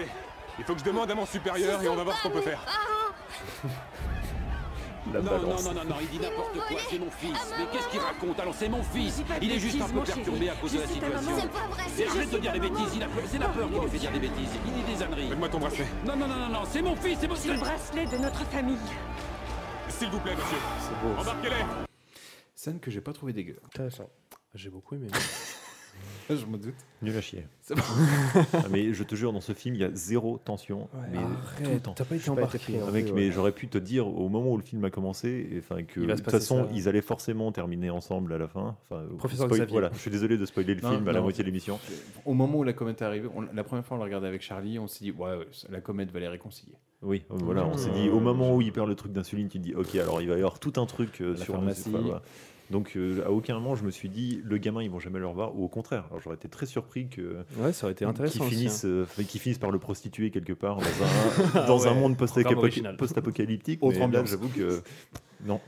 il faut que je demande à mon supérieur et on va voir ce qu'on peut faire. non, non, non, non, non, il dit n'importe quoi, c'est mon fils. Mais qu'est-ce qu'il raconte Alors, c'est mon fils. pas de Il est juste bêtises, un peu mon chéri. perturbé à cause Je de la suis ta situation. maman. C'est pas vrai, Et si, je arrête suis de dire ta les maman. bêtises, il a peur- c'est la peur qui lui fait dire des bêtises. Il dit des âneries. Faites-moi ton bracelet. Non, non, non, non, non, c'est mon fils, c'est mon C'est le bracelet de notre famille. S'il vous plaît, monsieur. Embarquez-les. Scène que j'ai pas trouvé dégueu. Intéressant. J'ai beaucoup aimé. je me doute. Nul à chier. C'est bon. Ah, mais je te jure, dans ce film, il y a zéro tension. Ouais. mais Arrête, tout le temps. t'as pas été J'ai embarqué, pris, hein. mec, Ouais. mais j'aurais pu te dire au moment où le film a commencé, et, enfin que Il de va se toute passer façon, ça. ils allaient forcément terminer ensemble à la fin. Enfin, euh, Professeur spoil- Xavier. Voilà, je suis désolé de spoiler le Non, film à la non. moitié de l'émission. Au moment où la comète est arrivée, on- la première fois on l'a regardé avec Charlie, on s'est dit Ouais, ouais, la comète va les réconcilier. Oui, euh, voilà, on Mmh. s'est dit au moment où il perd le truc d'insuline, tu te dis ok, alors il va y avoir tout un truc euh, La sur nous, pharmacie. enfin, voilà. Donc euh, à aucun moment je me suis dit le gamin ils vont jamais le revoir ou au contraire. Alors j'aurais été très surpris que Ouais, ça aurait été intéressant qu'ils aussi, finissent, hein. euh, enfin, qu'ils finissent par le prostituer quelque part dans un, dans Ah un ouais, monde programme post-apoca- original. post-apocalyptique. Autre mais là, ambiance. J'avoue que non,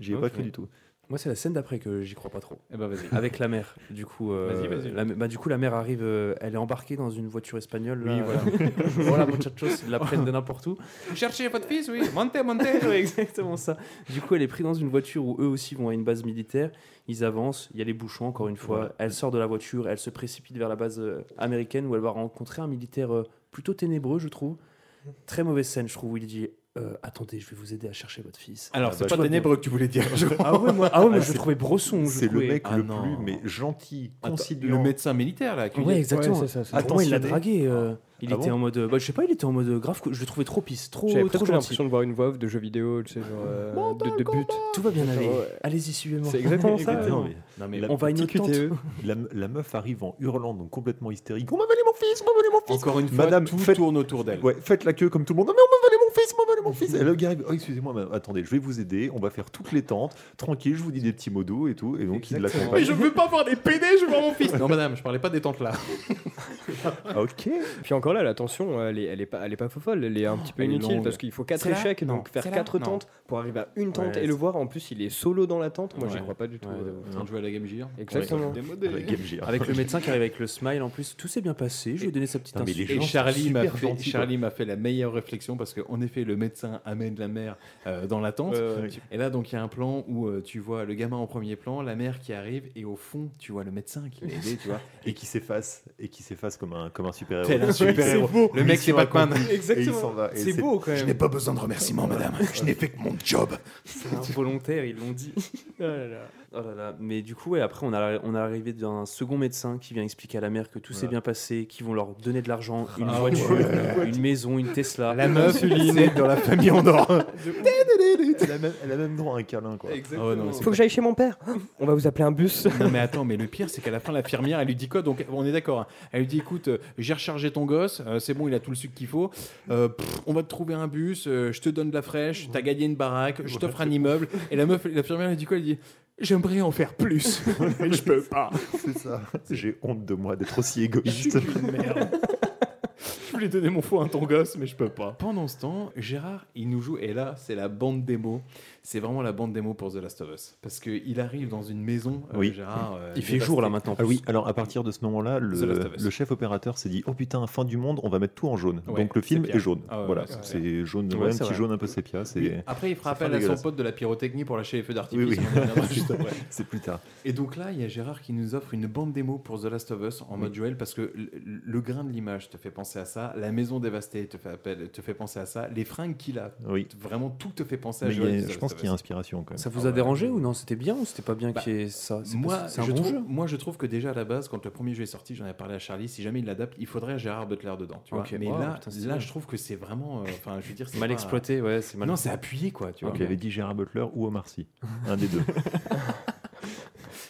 j'y ai Ok. pas cru du tout. Moi, c'est la scène d'après que j'y crois pas trop. Eh ben, vas-y. Avec la mère. Du coup, euh, Vas-y, vas-y. la- bah, du coup, la mère arrive. euh, elle est embarquée dans une voiture espagnole. Oui, là. voilà. voilà, muchachos, ils la prennent de n'importe où. Vous cherchez votre fils, oui Montez, montez Ouais, exactement ça. Du coup, elle est prise dans une voiture où eux aussi vont à une base militaire. Ils avancent, il y a les bouchons encore une fois. Voilà. Elle sort de la voiture, elle se précipite vers la base euh, américaine où elle va rencontrer un militaire euh, plutôt ténébreux, je trouve. Très mauvaise scène, je trouve, où il dit euh, Attendez, je vais vous aider à chercher votre fils. Alors, Ah c'est bah, pas tout va ténébreux bien. que tu voulais dire, je crois. Ah ouais, moi, ah ouais, moi, Ah, je c'est- le trouvais brosson. je C'est le trouvais- mec Ah le non. plus mais gentil, Attends, conciliant. le médecin militaire là. Ouais, exactement. Ah, Pour moi, il l'a dragué. euh, il Ah était bon en mode. euh, bah, je sais pas, il était en mode euh, grave. Je le trouvais trop pisse, trop, J'avais trop presque gentil. l'impression de voir une voix off de jeux vidéo, tu sais, genre euh, de, de but. Tout va bien aller. Ouais. Allez-y, suivez-moi. C'est exactement ça. Exactement, ouais. Ah, mais- on va à une autre petite E, tente. La, la meuf arrive en hurlant, donc complètement hystérique. On m'a mon fils, on m'a mon fils. Encore une fois, Madame, tout faites- tourne autour d'elle. Ouais, faites la queue comme tout le monde. Non, mais on m'a volé mon fils, on m'a volé mon fils. Et le gars arrive, oh, excusez-moi, mais attendez, je vais vous aider. On va faire toutes les tentes. Tranquille, je vous dis des petits mots doux et tout. Et donc, il Exactement. l'accompagne. Mais je veux pas voir des PD, je veux voir mon fils. Non, madame, je parlais pas des tentes là. Ah, ok. Puis encore là, la tension, elle est, elle est pas, elle est pas fofolle, elle est un petit peu elle est inutile longue. parce qu'il faut quatre C'est là échecs, Non. donc faire C'est là quatre Non. tentes pour arriver à une tente Ouais, et le c'est- voir. En plus, il est solo dans la tente. Moi, j'y Ouais. crois pas du tout. euh. Ouais, j'avoue. ouais. On joue à la hein. Game Gear. Exactement. Ouais, démodé. Avec bah, Game Gear. Avec le médecin qui arrive avec le smile en plus, tout s'est bien passé. Je lui ai donné sa petite Non, mais les insulte. Et Charlie m'a fait, Charlie m'a fait la meilleure réflexion parce qu'en effet, le médecin amène la mère euh, dans la tente. Ouais, ouais, ouais. Et là, donc, il y a un plan où euh, tu vois le gamin en premier plan, la mère qui arrive, et au fond, tu vois le médecin qui l'a aidé, tu vois. Et qui s'efface, et qui s'efface comme un, comme un super-héros. Tel un super-héros. C'est beau. Le mec, c'est Mission Batman. accomplie. Et Exactement. il s'en va. Et C'est beau, quand même. Je n'ai pas besoin de remerciements, madame. Je n'ai fait que mon job. C'est involontaire, ils l'ont dit. Oh là là. Oh là là. Mais du coup, ouais, après, on a, on a arrivé d'un second médecin qui vient expliquer à la mère que tout s'est Voilà. bien passé, qu'ils vont leur donner de l'argent, une Ah voiture, ouais. une maison, une Tesla. La meuf, Uline, est dans la famille Andorre. elle, a même, elle a même droit à un câlin, quoi. Exactement. Ah ouais, non, mais c'est Faut que j'aille chez mon père. On va vous appeler un bus. Non mais attends, mais le pire c'est qu'à la fin l'infirmière elle lui dit quoi Donc on est d'accord. hein. Elle lui dit écoute, euh, j'ai rechargé ton gosse, euh, c'est bon, il a tout le sucre qu'il faut. Euh, pff, on va te trouver un bus, euh, je te donne de la fraîche, t'as gagné une baraque, je t'offre un immeuble. Et la meuf, l'infirmière elle dit quoi Elle dit j'aimerais en faire plus, mais je peux pas. C'est ça. J'ai honte de moi d'être aussi égoïste. Je voulais donner mon faux à ton gosse, mais je peux pas. Pendant ce temps, Gérard, il nous joue, et là, c'est la bande démo. C'est vraiment la bande démo pour The Last of Us. Parce qu'il arrive dans une maison, euh, Oui. Gérard. euh, dévasté. Ah oui, alors à partir de ce moment-là, The Last le, of Us. le chef opérateur s'est dit Oh putain, fin du monde, on va mettre tout en jaune. Ouais, Donc le film sépia. est jaune. Ah ouais, voilà, ouais, c'est c'est jaune, Ouais, ouais, un c'est petit vrai. jaune un peu sépia. c'est- Oui, Après, il fera c'est appel à son dégueulasse. pote de la pyrotechnie pour lâcher les feux Oui, d'artifice. oui, on en reviendra juste après. c'est plus tard. Et donc là, il y a Gérard qui nous offre une bande démo pour The Last of Us en mode duel parce que le, le grain de l'image te fait penser à ça, la maison dévastée te fait, appel- te fait penser à ça, les fringues qu'il a, Oui. vraiment tout te fait penser à Mais il y Joel a- de The je Last pense of qu'il y a Us. inspiration quand même. Ça vous a dérangé ou non C'était bien ou c'était pas bien Bah, qu'il y ait ça C'est moi, pas- c'est un je bon trouve, jeu. moi, je trouve que déjà à la base, quand le premier jeu est sorti, j'en ai parlé à Charlie. Si jamais il l'adapte, il faudrait Gérard Butler dedans. Tu vois. Ok, Mais wow, là, putain, c'est là, bien. je trouve que c'est vraiment, euh, enfin, je veux dire, c'est Mal pas- exploité, ouais, c'est mal- Non, c'est appuyé quoi. Tu Donc vois. il avait dit Gérard Butler ou Omar Sy. Un des deux.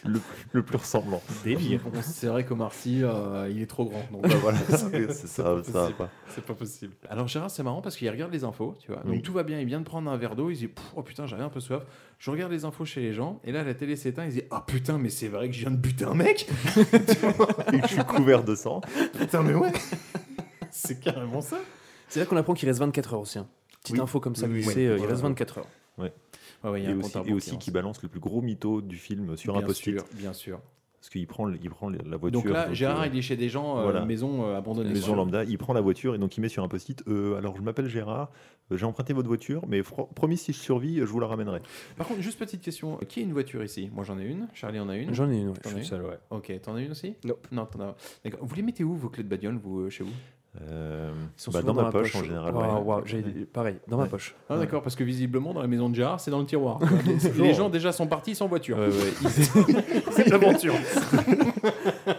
le, le plus ressemblant. Délire. Bon, c'est vrai qu'Omar Sy, euh, il est trop grand. Donc bah, voilà, C'est- c'est ça, pas ça va possible. pas. C'est pas possible. Alors Gérard, c'est marrant parce qu'il regarde les infos, tu vois. Donc Oui. tout va bien, il vient de prendre un verre d'eau, il se dit Pff, oh putain, j'avais un peu soif. Je regarde les infos chez les gens et là la télé s'éteint, il se dit ah putain, mais c'est vrai que je viens de buter un mec. Et que je suis couvert de sang. Putain, mais ouais. c'est carrément ça. C'est là qu'on apprend qu'il reste 24 heures aussi. hein. Petite Oui. info comme ça, Oui, oui, glissée, oui. euh, il Voilà. reste 24 heures. Ouais. Ouais, ouais, il y a et un aussi, compteur et aussi bancaire, qui balance le plus gros mytho du film sur un Bien post-it. sûr, bien sûr. Parce qu'il prend, le- il prend la voiture. Donc là, Gérard, euh, il est chez des gens, euh, voilà. maison euh, abandonnée. Maison quoi. lambda, il prend la voiture et donc il met sur un post-it euh, Alors je m'appelle Gérard, euh, j'ai emprunté votre voiture, mais fro- promis si je survis, euh, je vous la ramènerai. Par contre, juste petite question, qui a une voiture ici Moi j'en ai une, Charlie en a une. J'en ai une, ouais, T'en je as suis seul, ouais. Ok, t'en as une aussi Non, t'en as. D'accord. Vous les mettez où vos clés de bagnole, vous, euh, chez vous Euh, Ils sont bah, souvent dans, ma poche, en général. Waouh, ouais. waouh, j'ai- Pareil, dans ma poche. Ah d'accord, parce que visiblement dans la maison de Gérard, c'est dans le tiroir. Les- les gens déjà sont partis sans voiture. c'est de l'aventure.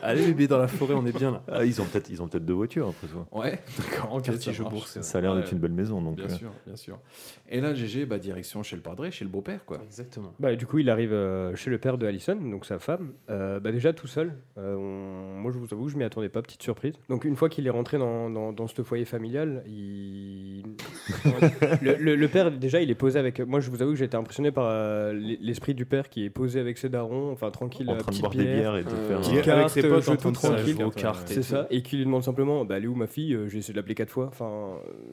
Allez, bébé, dans la forêt, on est bien là. Ah, ils ont peut-être peut deux voitures après tout. Ouais, d'accord, ok, ça Quartier Jeux marche. Bourse, Ça a l'air d'être une belle maison, donc, euh, Bien euh. sûr, bien sûr. Et là, GG, bah, direction chez le padré, chez le beau-père, quoi. Exactement. Bah, du coup, il arrive euh, chez le père de Allison, donc sa femme. Euh, bah, déjà tout seul. Euh, on- Moi, je vous avoue, je m'y attendais pas. Petite surprise. Donc, une fois qu'il est rentré dans, dans, dans ce foyer familial, il... le, le- le père, déjà, il est posé avec. Moi, je vous avoue que j'ai été impressionné par euh, l'es- l'esprit du père qui est posé avec ses darons, enfin tranquille, euh, En train de petite boire des bières et de faire petite un- Avec carte, ses potes, jeu en train tout de se- tranquille, jouer aux cartes et C'est tout. ça. Et qui lui demande simplement, bah, elle est où ma fille Euh, J'ai essayé de l'appeler quatre fois. Enfin,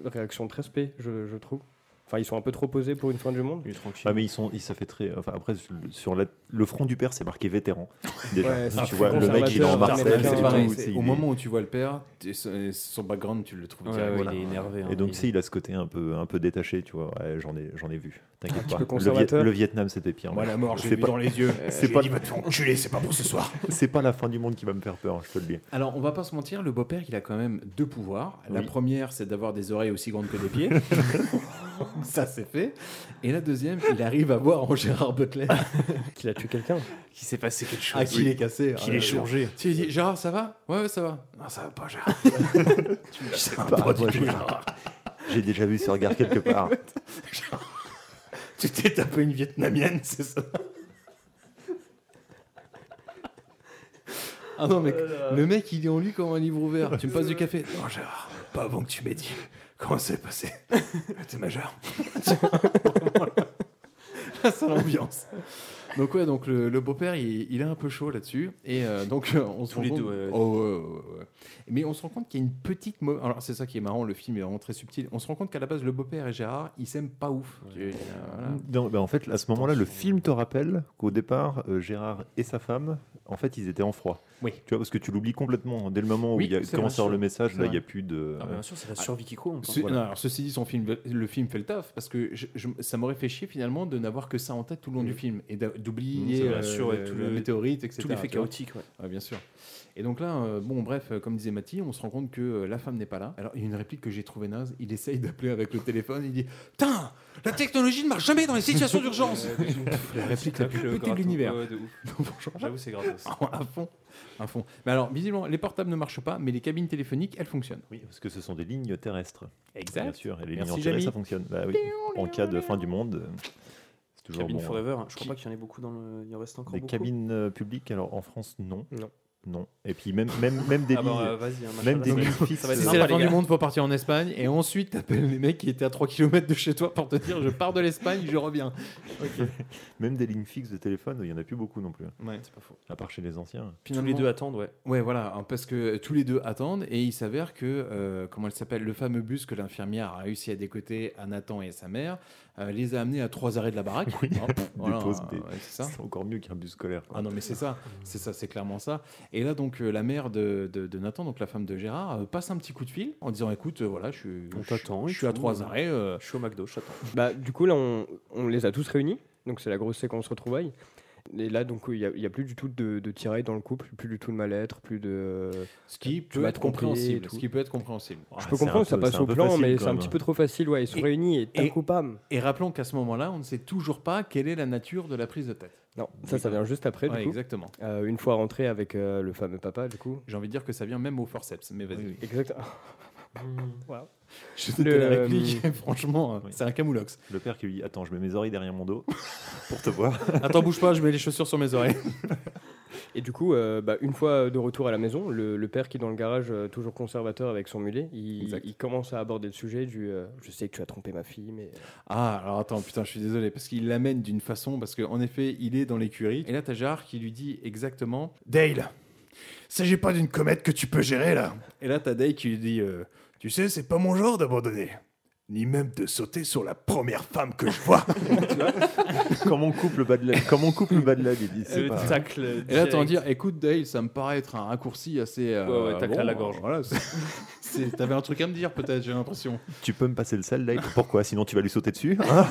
euh, réaction de respect, je, je trouve. Enfin, ils sont un peu trop posés pour une fin du monde. Ah, mais ils sont, ils, ça fait très. Enfin, après, sur le- sur la- le front du père, c'est marqué vétéran. Déjà, Ouais, tu c'est vois, le mec, il est en conservateur, Marseille. américain, c'est pareil, tout, c'est- c'est- il Au est- moment où tu vois le père, t'es- son son background, tu le trouves Ouais, direct. ouais, Voilà. il est énervé. hein, Et donc, il- si, il a ce côté un peu, un peu détaché, tu vois. Ouais, j'en ai, j'en ai vu. T'inquiète petit pas. peu Le Viet- conservateur. Le, Vietnam, c'était pire. Moi, mais la mort, je l'ai c'est vu pas- dans les yeux. C'est J'ai pas, dit, va te faire enculer, c'est pas pour ce soir. c'est pas la fin du monde qui va me faire peur, je te le dis. Alors, on va pas se mentir, le beau-père, il a quand même deux pouvoirs. La Oui. première, c'est d'avoir des oreilles aussi grandes que des pieds. Ça, c'est fait. Et la deuxième, il arrive à voir en Gérard Butler. Qu'il a tué quelqu'un. Qu'il s'est passé quelque chose. Ah, qu'il Oui. est cassé. Qu'il Euh, est changé. Tu lui dis, Gérard, ça va Ouais, ouais, ça va. Non, ça va pas, Gérard. tu me dis, Pas moi, Gérard. J'ai déjà vu ce regard quelque part. Tu t'es tapé une vietnamienne, c'est ça Ah non, mec, Euh, le mec, il est en lui comme un livre ouvert. Tu me passes du café Non, Gérard, pas avant que tu m'aies dit. Comment ça s'est passé T'es majeur. Ah, ça l'ambiance. Donc ouais, donc le, le beau-père, il, il est un peu chaud là-dessus, et euh, donc euh, on se Tous rend les compte. deux, ouais. Oh, ouais, ouais, ouais. Mais on se rend compte qu'il y a une petite. mau- Alors c'est ça qui est marrant, le film est vraiment très subtil. On se rend compte qu'à la base, le beau-père et Gérard, ils s'aiment pas ouf. Tu- voilà. Non, bah, en fait, à ce moment-là, le film te rappelle qu'au départ, euh, Gérard et sa femme, en fait, ils étaient en froid. Oui. Tu vois, parce que tu l'oublies complètement. hein, Dès le moment où Oui, il y a, c'est commence vrai, à avoir le sûr. message, C'est là, vrai. il n'y a plus de. Ah, mais bien sûr, c'est la survie qui compte. hein. Ce- non, alors, ceci dit, son film, le film fait le taf parce que je- je- ça m'aurait fait chier finalement de n'avoir que ça en tête tout le long du film et d'a- d'oublier Mmh, c'est vrai, euh, sûr, ouais, le- tout la le- météorite, etc. tout l'effet tu vois. chaotique, ouais. bien sûr. Et donc là, euh, bon, bref, euh, comme disait Mathie, on se rend compte que euh, la femme n'est pas là. Alors, il y a une réplique que j'ai trouvée naze. Il essaye d'appeler avec le téléphone. Il dit Putain, La technologie ne marche jamais dans les situations d'urgence. la réplique la plus Le pétée de gratos, l'univers. ouais, de ouf. J'avoue, c'est gratos. à fond, à fond. Mais alors, visiblement, les portables ne marchent pas, mais les cabines téléphoniques, elles fonctionnent. Oui, parce que ce sont des lignes terrestres. Exact. Bien sûr, et les Merci, lignes en terrestre, Jamy. ça fonctionne. Bah oui. En cas de fin du monde, euh, c'est toujours Cabine bon. Forever, hein. je crois pas qu'il y en ait beaucoup dans le. Il en reste encore Des beaucoup. hein. cabines euh, publiques, alors en France, non. Non. Et puis même, même, même des Ah lignes, bah, euh, vas-y, hein, machin, même des là, ça va- lignes ça va être fixes. sympa, Si c'est la fin du monde, faut partir en Espagne. Et ensuite, t'appelles les mecs qui étaient à 3 km de chez toi pour te dire je pars de l'Espagne, je reviens. Ok. Même des lignes fixes de téléphone, il n'y en a plus beaucoup non plus. Ouais. c'est pas faux. À part chez les anciens. Finalement- attendent, ouais. Ouais, voilà, hein, parce que tous les deux attendent et il s'avère que, euh, comment elle s'appelle, le fameux bus que l'infirmière a réussi à décoter à Nathan et à sa mère, euh, les a amenés à trois arrêts de la baraque. Hein, pff, Des voilà, pauses, hein, des- ouais, c'est ça. c'est encore mieux qu'un bus scolaire. quoi. Ah non, mais c'est ça, c'est ça, c'est clairement ça. Et là, donc, euh, la mère de, de- de Nathan, donc la femme de Gérard, euh, passe un petit coup de fil en disant Écoute, euh, voilà, je, suis- On je- t'attend et je suis à tout. trois arrêts. euh, Je suis au McDo, je t'attends. Bah, du coup, là, on, on les a tous réunis. Donc, c'est la grosse séquence retrouvaille. Et là, donc, il n'y a, il y a plus du tout de, de tiraille dans le couple, plus du tout de mal-être, plus de. Ce qui Tu peut m'as être trompé et compréhensible. tout. Ce qui peut être compréhensible. Ah, Je peux comprendre, ça passe au plan, mais c'est un hein. petit peu trop facile. Ouais, ils sont réunis et d'un coup, pam. Et rappelons qu'à ce moment-là, on ne sait toujours pas quelle est la nature de la prise de tête. Non, ça, ça vient juste après. Du Ouais, coup. exactement. Euh, une fois rentré avec euh, le fameux papa, du coup. J'ai envie de dire que ça vient même au forceps, mais vas-y. Exactement. Je te Le, donne la réplique, euh, franchement, c'est un camoulox. Le père qui lui dit Attends, je mets mes oreilles derrière mon dos pour te voir. Attends, bouge pas, je mets les chaussures sur mes oreilles. Et du coup, euh, bah, une fois de retour à la maison, le, le père qui est dans le garage, euh, toujours conservateur avec son mulet, il, il commence à aborder le sujet du euh, Je sais que tu as trompé ma fille, mais. Ah, alors attends, putain, je suis désolé, parce qu'il l'amène d'une façon, parce qu'en effet, il est dans l'écurie. Et là, t'as Gérard qui lui dit exactement Dale, s'agit pas d'une comète que tu peux gérer là. Et là, t'as Dale qui lui dit euh, Tu sais, c'est pas mon genre d'abandonner. Ni même de sauter sur la première femme que je vois. Comme on coupe le bas de la, comme on coupe le bas de la, il dit euh, c'est Le pas- Et tacle là, direct. t'en dire Écoute, Dale, ça me paraît être un raccourci assez. euh, Ouais, ouais, tacle à la gorge. Voilà, c'est- c'est- t'avais un truc à me dire, peut-être, j'ai l'impression. Tu peux me passer le sel, Dale Pourquoi Sinon, tu vas lui sauter dessus. hein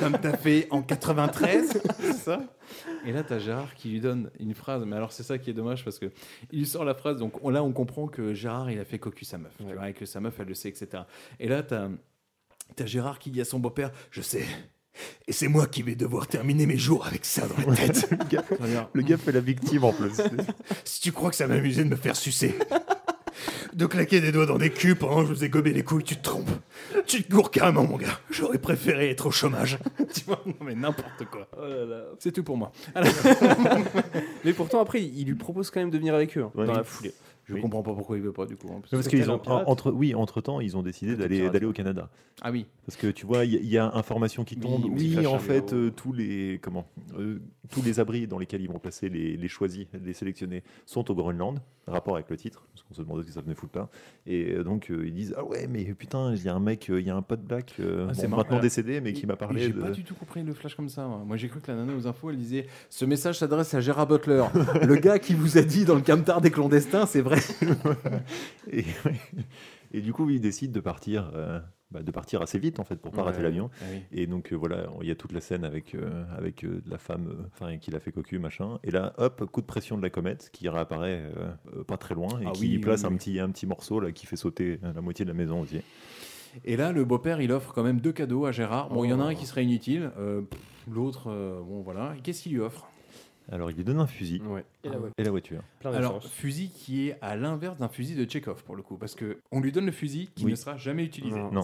comme t'as fait en 93, c'est ça Et là, t'as Gérard qui lui donne une phrase, mais alors c'est ça qui est dommage parce que il lui sort la phrase, donc on- là, on comprend que Gérard, il a fait cocu sa meuf, tu vois, et que sa meuf, elle le sait, etc. Et là, t'as as Gérard qui dit à son beau-père, je sais. Et c'est moi qui vais devoir terminer mes jours avec ça dans la tête. le, gars, le gars fait la victime en plus. si tu crois que ça m'amusait de me faire sucer, de claquer des doigts dans des culs pendant que je vous ai gobé les couilles, tu te trompes. Tu te gourres carrément, mon gars. J'aurais préféré être au chômage. tu vois, non mais n'importe quoi. C'est tout pour moi. Mais pourtant, après, il lui propose quand même de venir avec eux hein, Ouais. dans la foulée. Je comprends pas pourquoi il veut pas du coup. hein, parce Non, que- parce qu'ils ont Catalan pirate. entre oui entre temps ils ont décidé d'aller d'aller au Canada. Ah oui. Parce que tu vois il y, a- il y a information qui tombe. oui, Oui, Clash en Argo. fait euh, tous les comment euh, tous les abris dans lesquels ils vont placer les, les choisis les sélectionnés sont au Groenland. Rapport avec le titre parce qu'on se demandait ce que ça venait foutre là. Et euh, donc euh, ils disent ah ouais mais putain il y a un mec euh, il y a un pote black euh, Ah, bon, c'est marrant. maintenant Alors, décédé mais qui m'a Mais parlé J'ai de pas du tout compris le flash comme ça. Moi, Moi, j'ai cru que la nana aux infos, elle disait Ce message s'adresse à Gérard Butler, le gars qui vous a dit dans le camtar des clandestins, c'est vrai. et, et du coup, ils décident de partir, euh, bah, de partir assez vite en fait pour pas Ouais, rater l'avion. ouais, Et donc euh, voilà, il y a toute la scène avec euh, avec euh, de la femme, euh, enfin qui l'a fait cocu machin. Et là, hop, coup de pression de la comète qui réapparaît euh, euh, pas très loin et Ah qui oui, place oui, un oui. petit un petit morceau là qui fait sauter euh, la moitié de la maison aussi. Et là, le beau-père, il offre quand même deux cadeaux à Gérard. Bon, il y en a un qui serait inutile, euh, pff, l'autre, euh, bon voilà. Qu'est-ce qu'il lui offre Alors il lui donne un fusil Et la voiture. et la voiture. Alors, fusil qui est à l'inverse d'un fusil de Tchekhov pour le coup, parce que on lui donne le fusil qui Oui. ne sera jamais utilisé. non, non,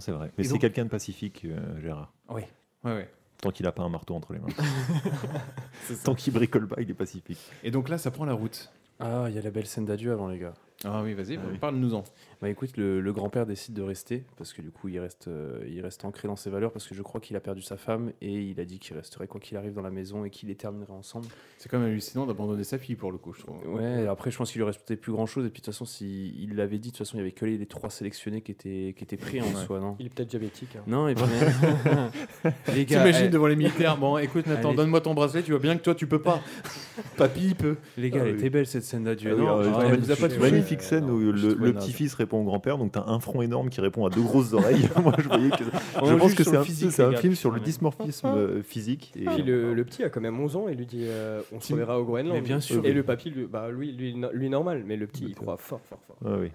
c'est vrai. Et Mais c'est donc- quelqu'un de pacifique, euh, Gérard. Oui. Ouais, ouais. Tant qu'il a pas un marteau entre les mains. C'est ça. Tant qu'il bricole pas, il est pacifique. Et donc là, ça prend la route. Ah, il y a la belle scène d'adieu avant, les gars. Ah oui, vas-y, parle-nous-en. Bah écoute, le, le grand-père décide de rester parce que du coup, il reste, euh, il reste ancré dans ses valeurs parce que je crois qu'il a perdu sa femme et il a dit qu'il resterait quoi qu'il arrive dans la maison et qu'il les terminerait ensemble. C'est quand même hallucinant d'abandonner sa fille pour le coup, je trouve. Ouais, et après, je pense qu'il lui restait plus grand-chose et puis de toute façon, s'il il l'avait dit, de toute façon, il y avait que les, les trois sélectionnés qui étaient, qui étaient pris en Ouais. soi, non Il est peut-être diabétique. hein. Non, et puis. les gars. T'imagines eh, devant les militaires, bon, écoute Nathan, Allez. donne-moi ton bracelet, tu vois bien que toi tu peux pas. Papy, il peut. Les gars, elle était belle cette scène d'adieu. Ah oui, non alors, Ah, c'est elle nous a pas magnifique, touchés. magnifique scène où le, trouve le naze. petit-fils répond au grand-père, donc t'as un front énorme qui répond à deux grosses oreilles. Moi, je, voyais que- On je pense juge que sur c'est le un, physique, c'est les un gars, film sur le putain, mais- Ah. dysmorphisme euh, physique. Et, Et puis le, le petit a quand même 11 ans et lui dit euh, on se Tim- reverra au Groenland. Mais bien sûr. Et le papy, lui, bah, lui, lui, lui normal, mais le petit il croit fort, fort, fort. Ouais,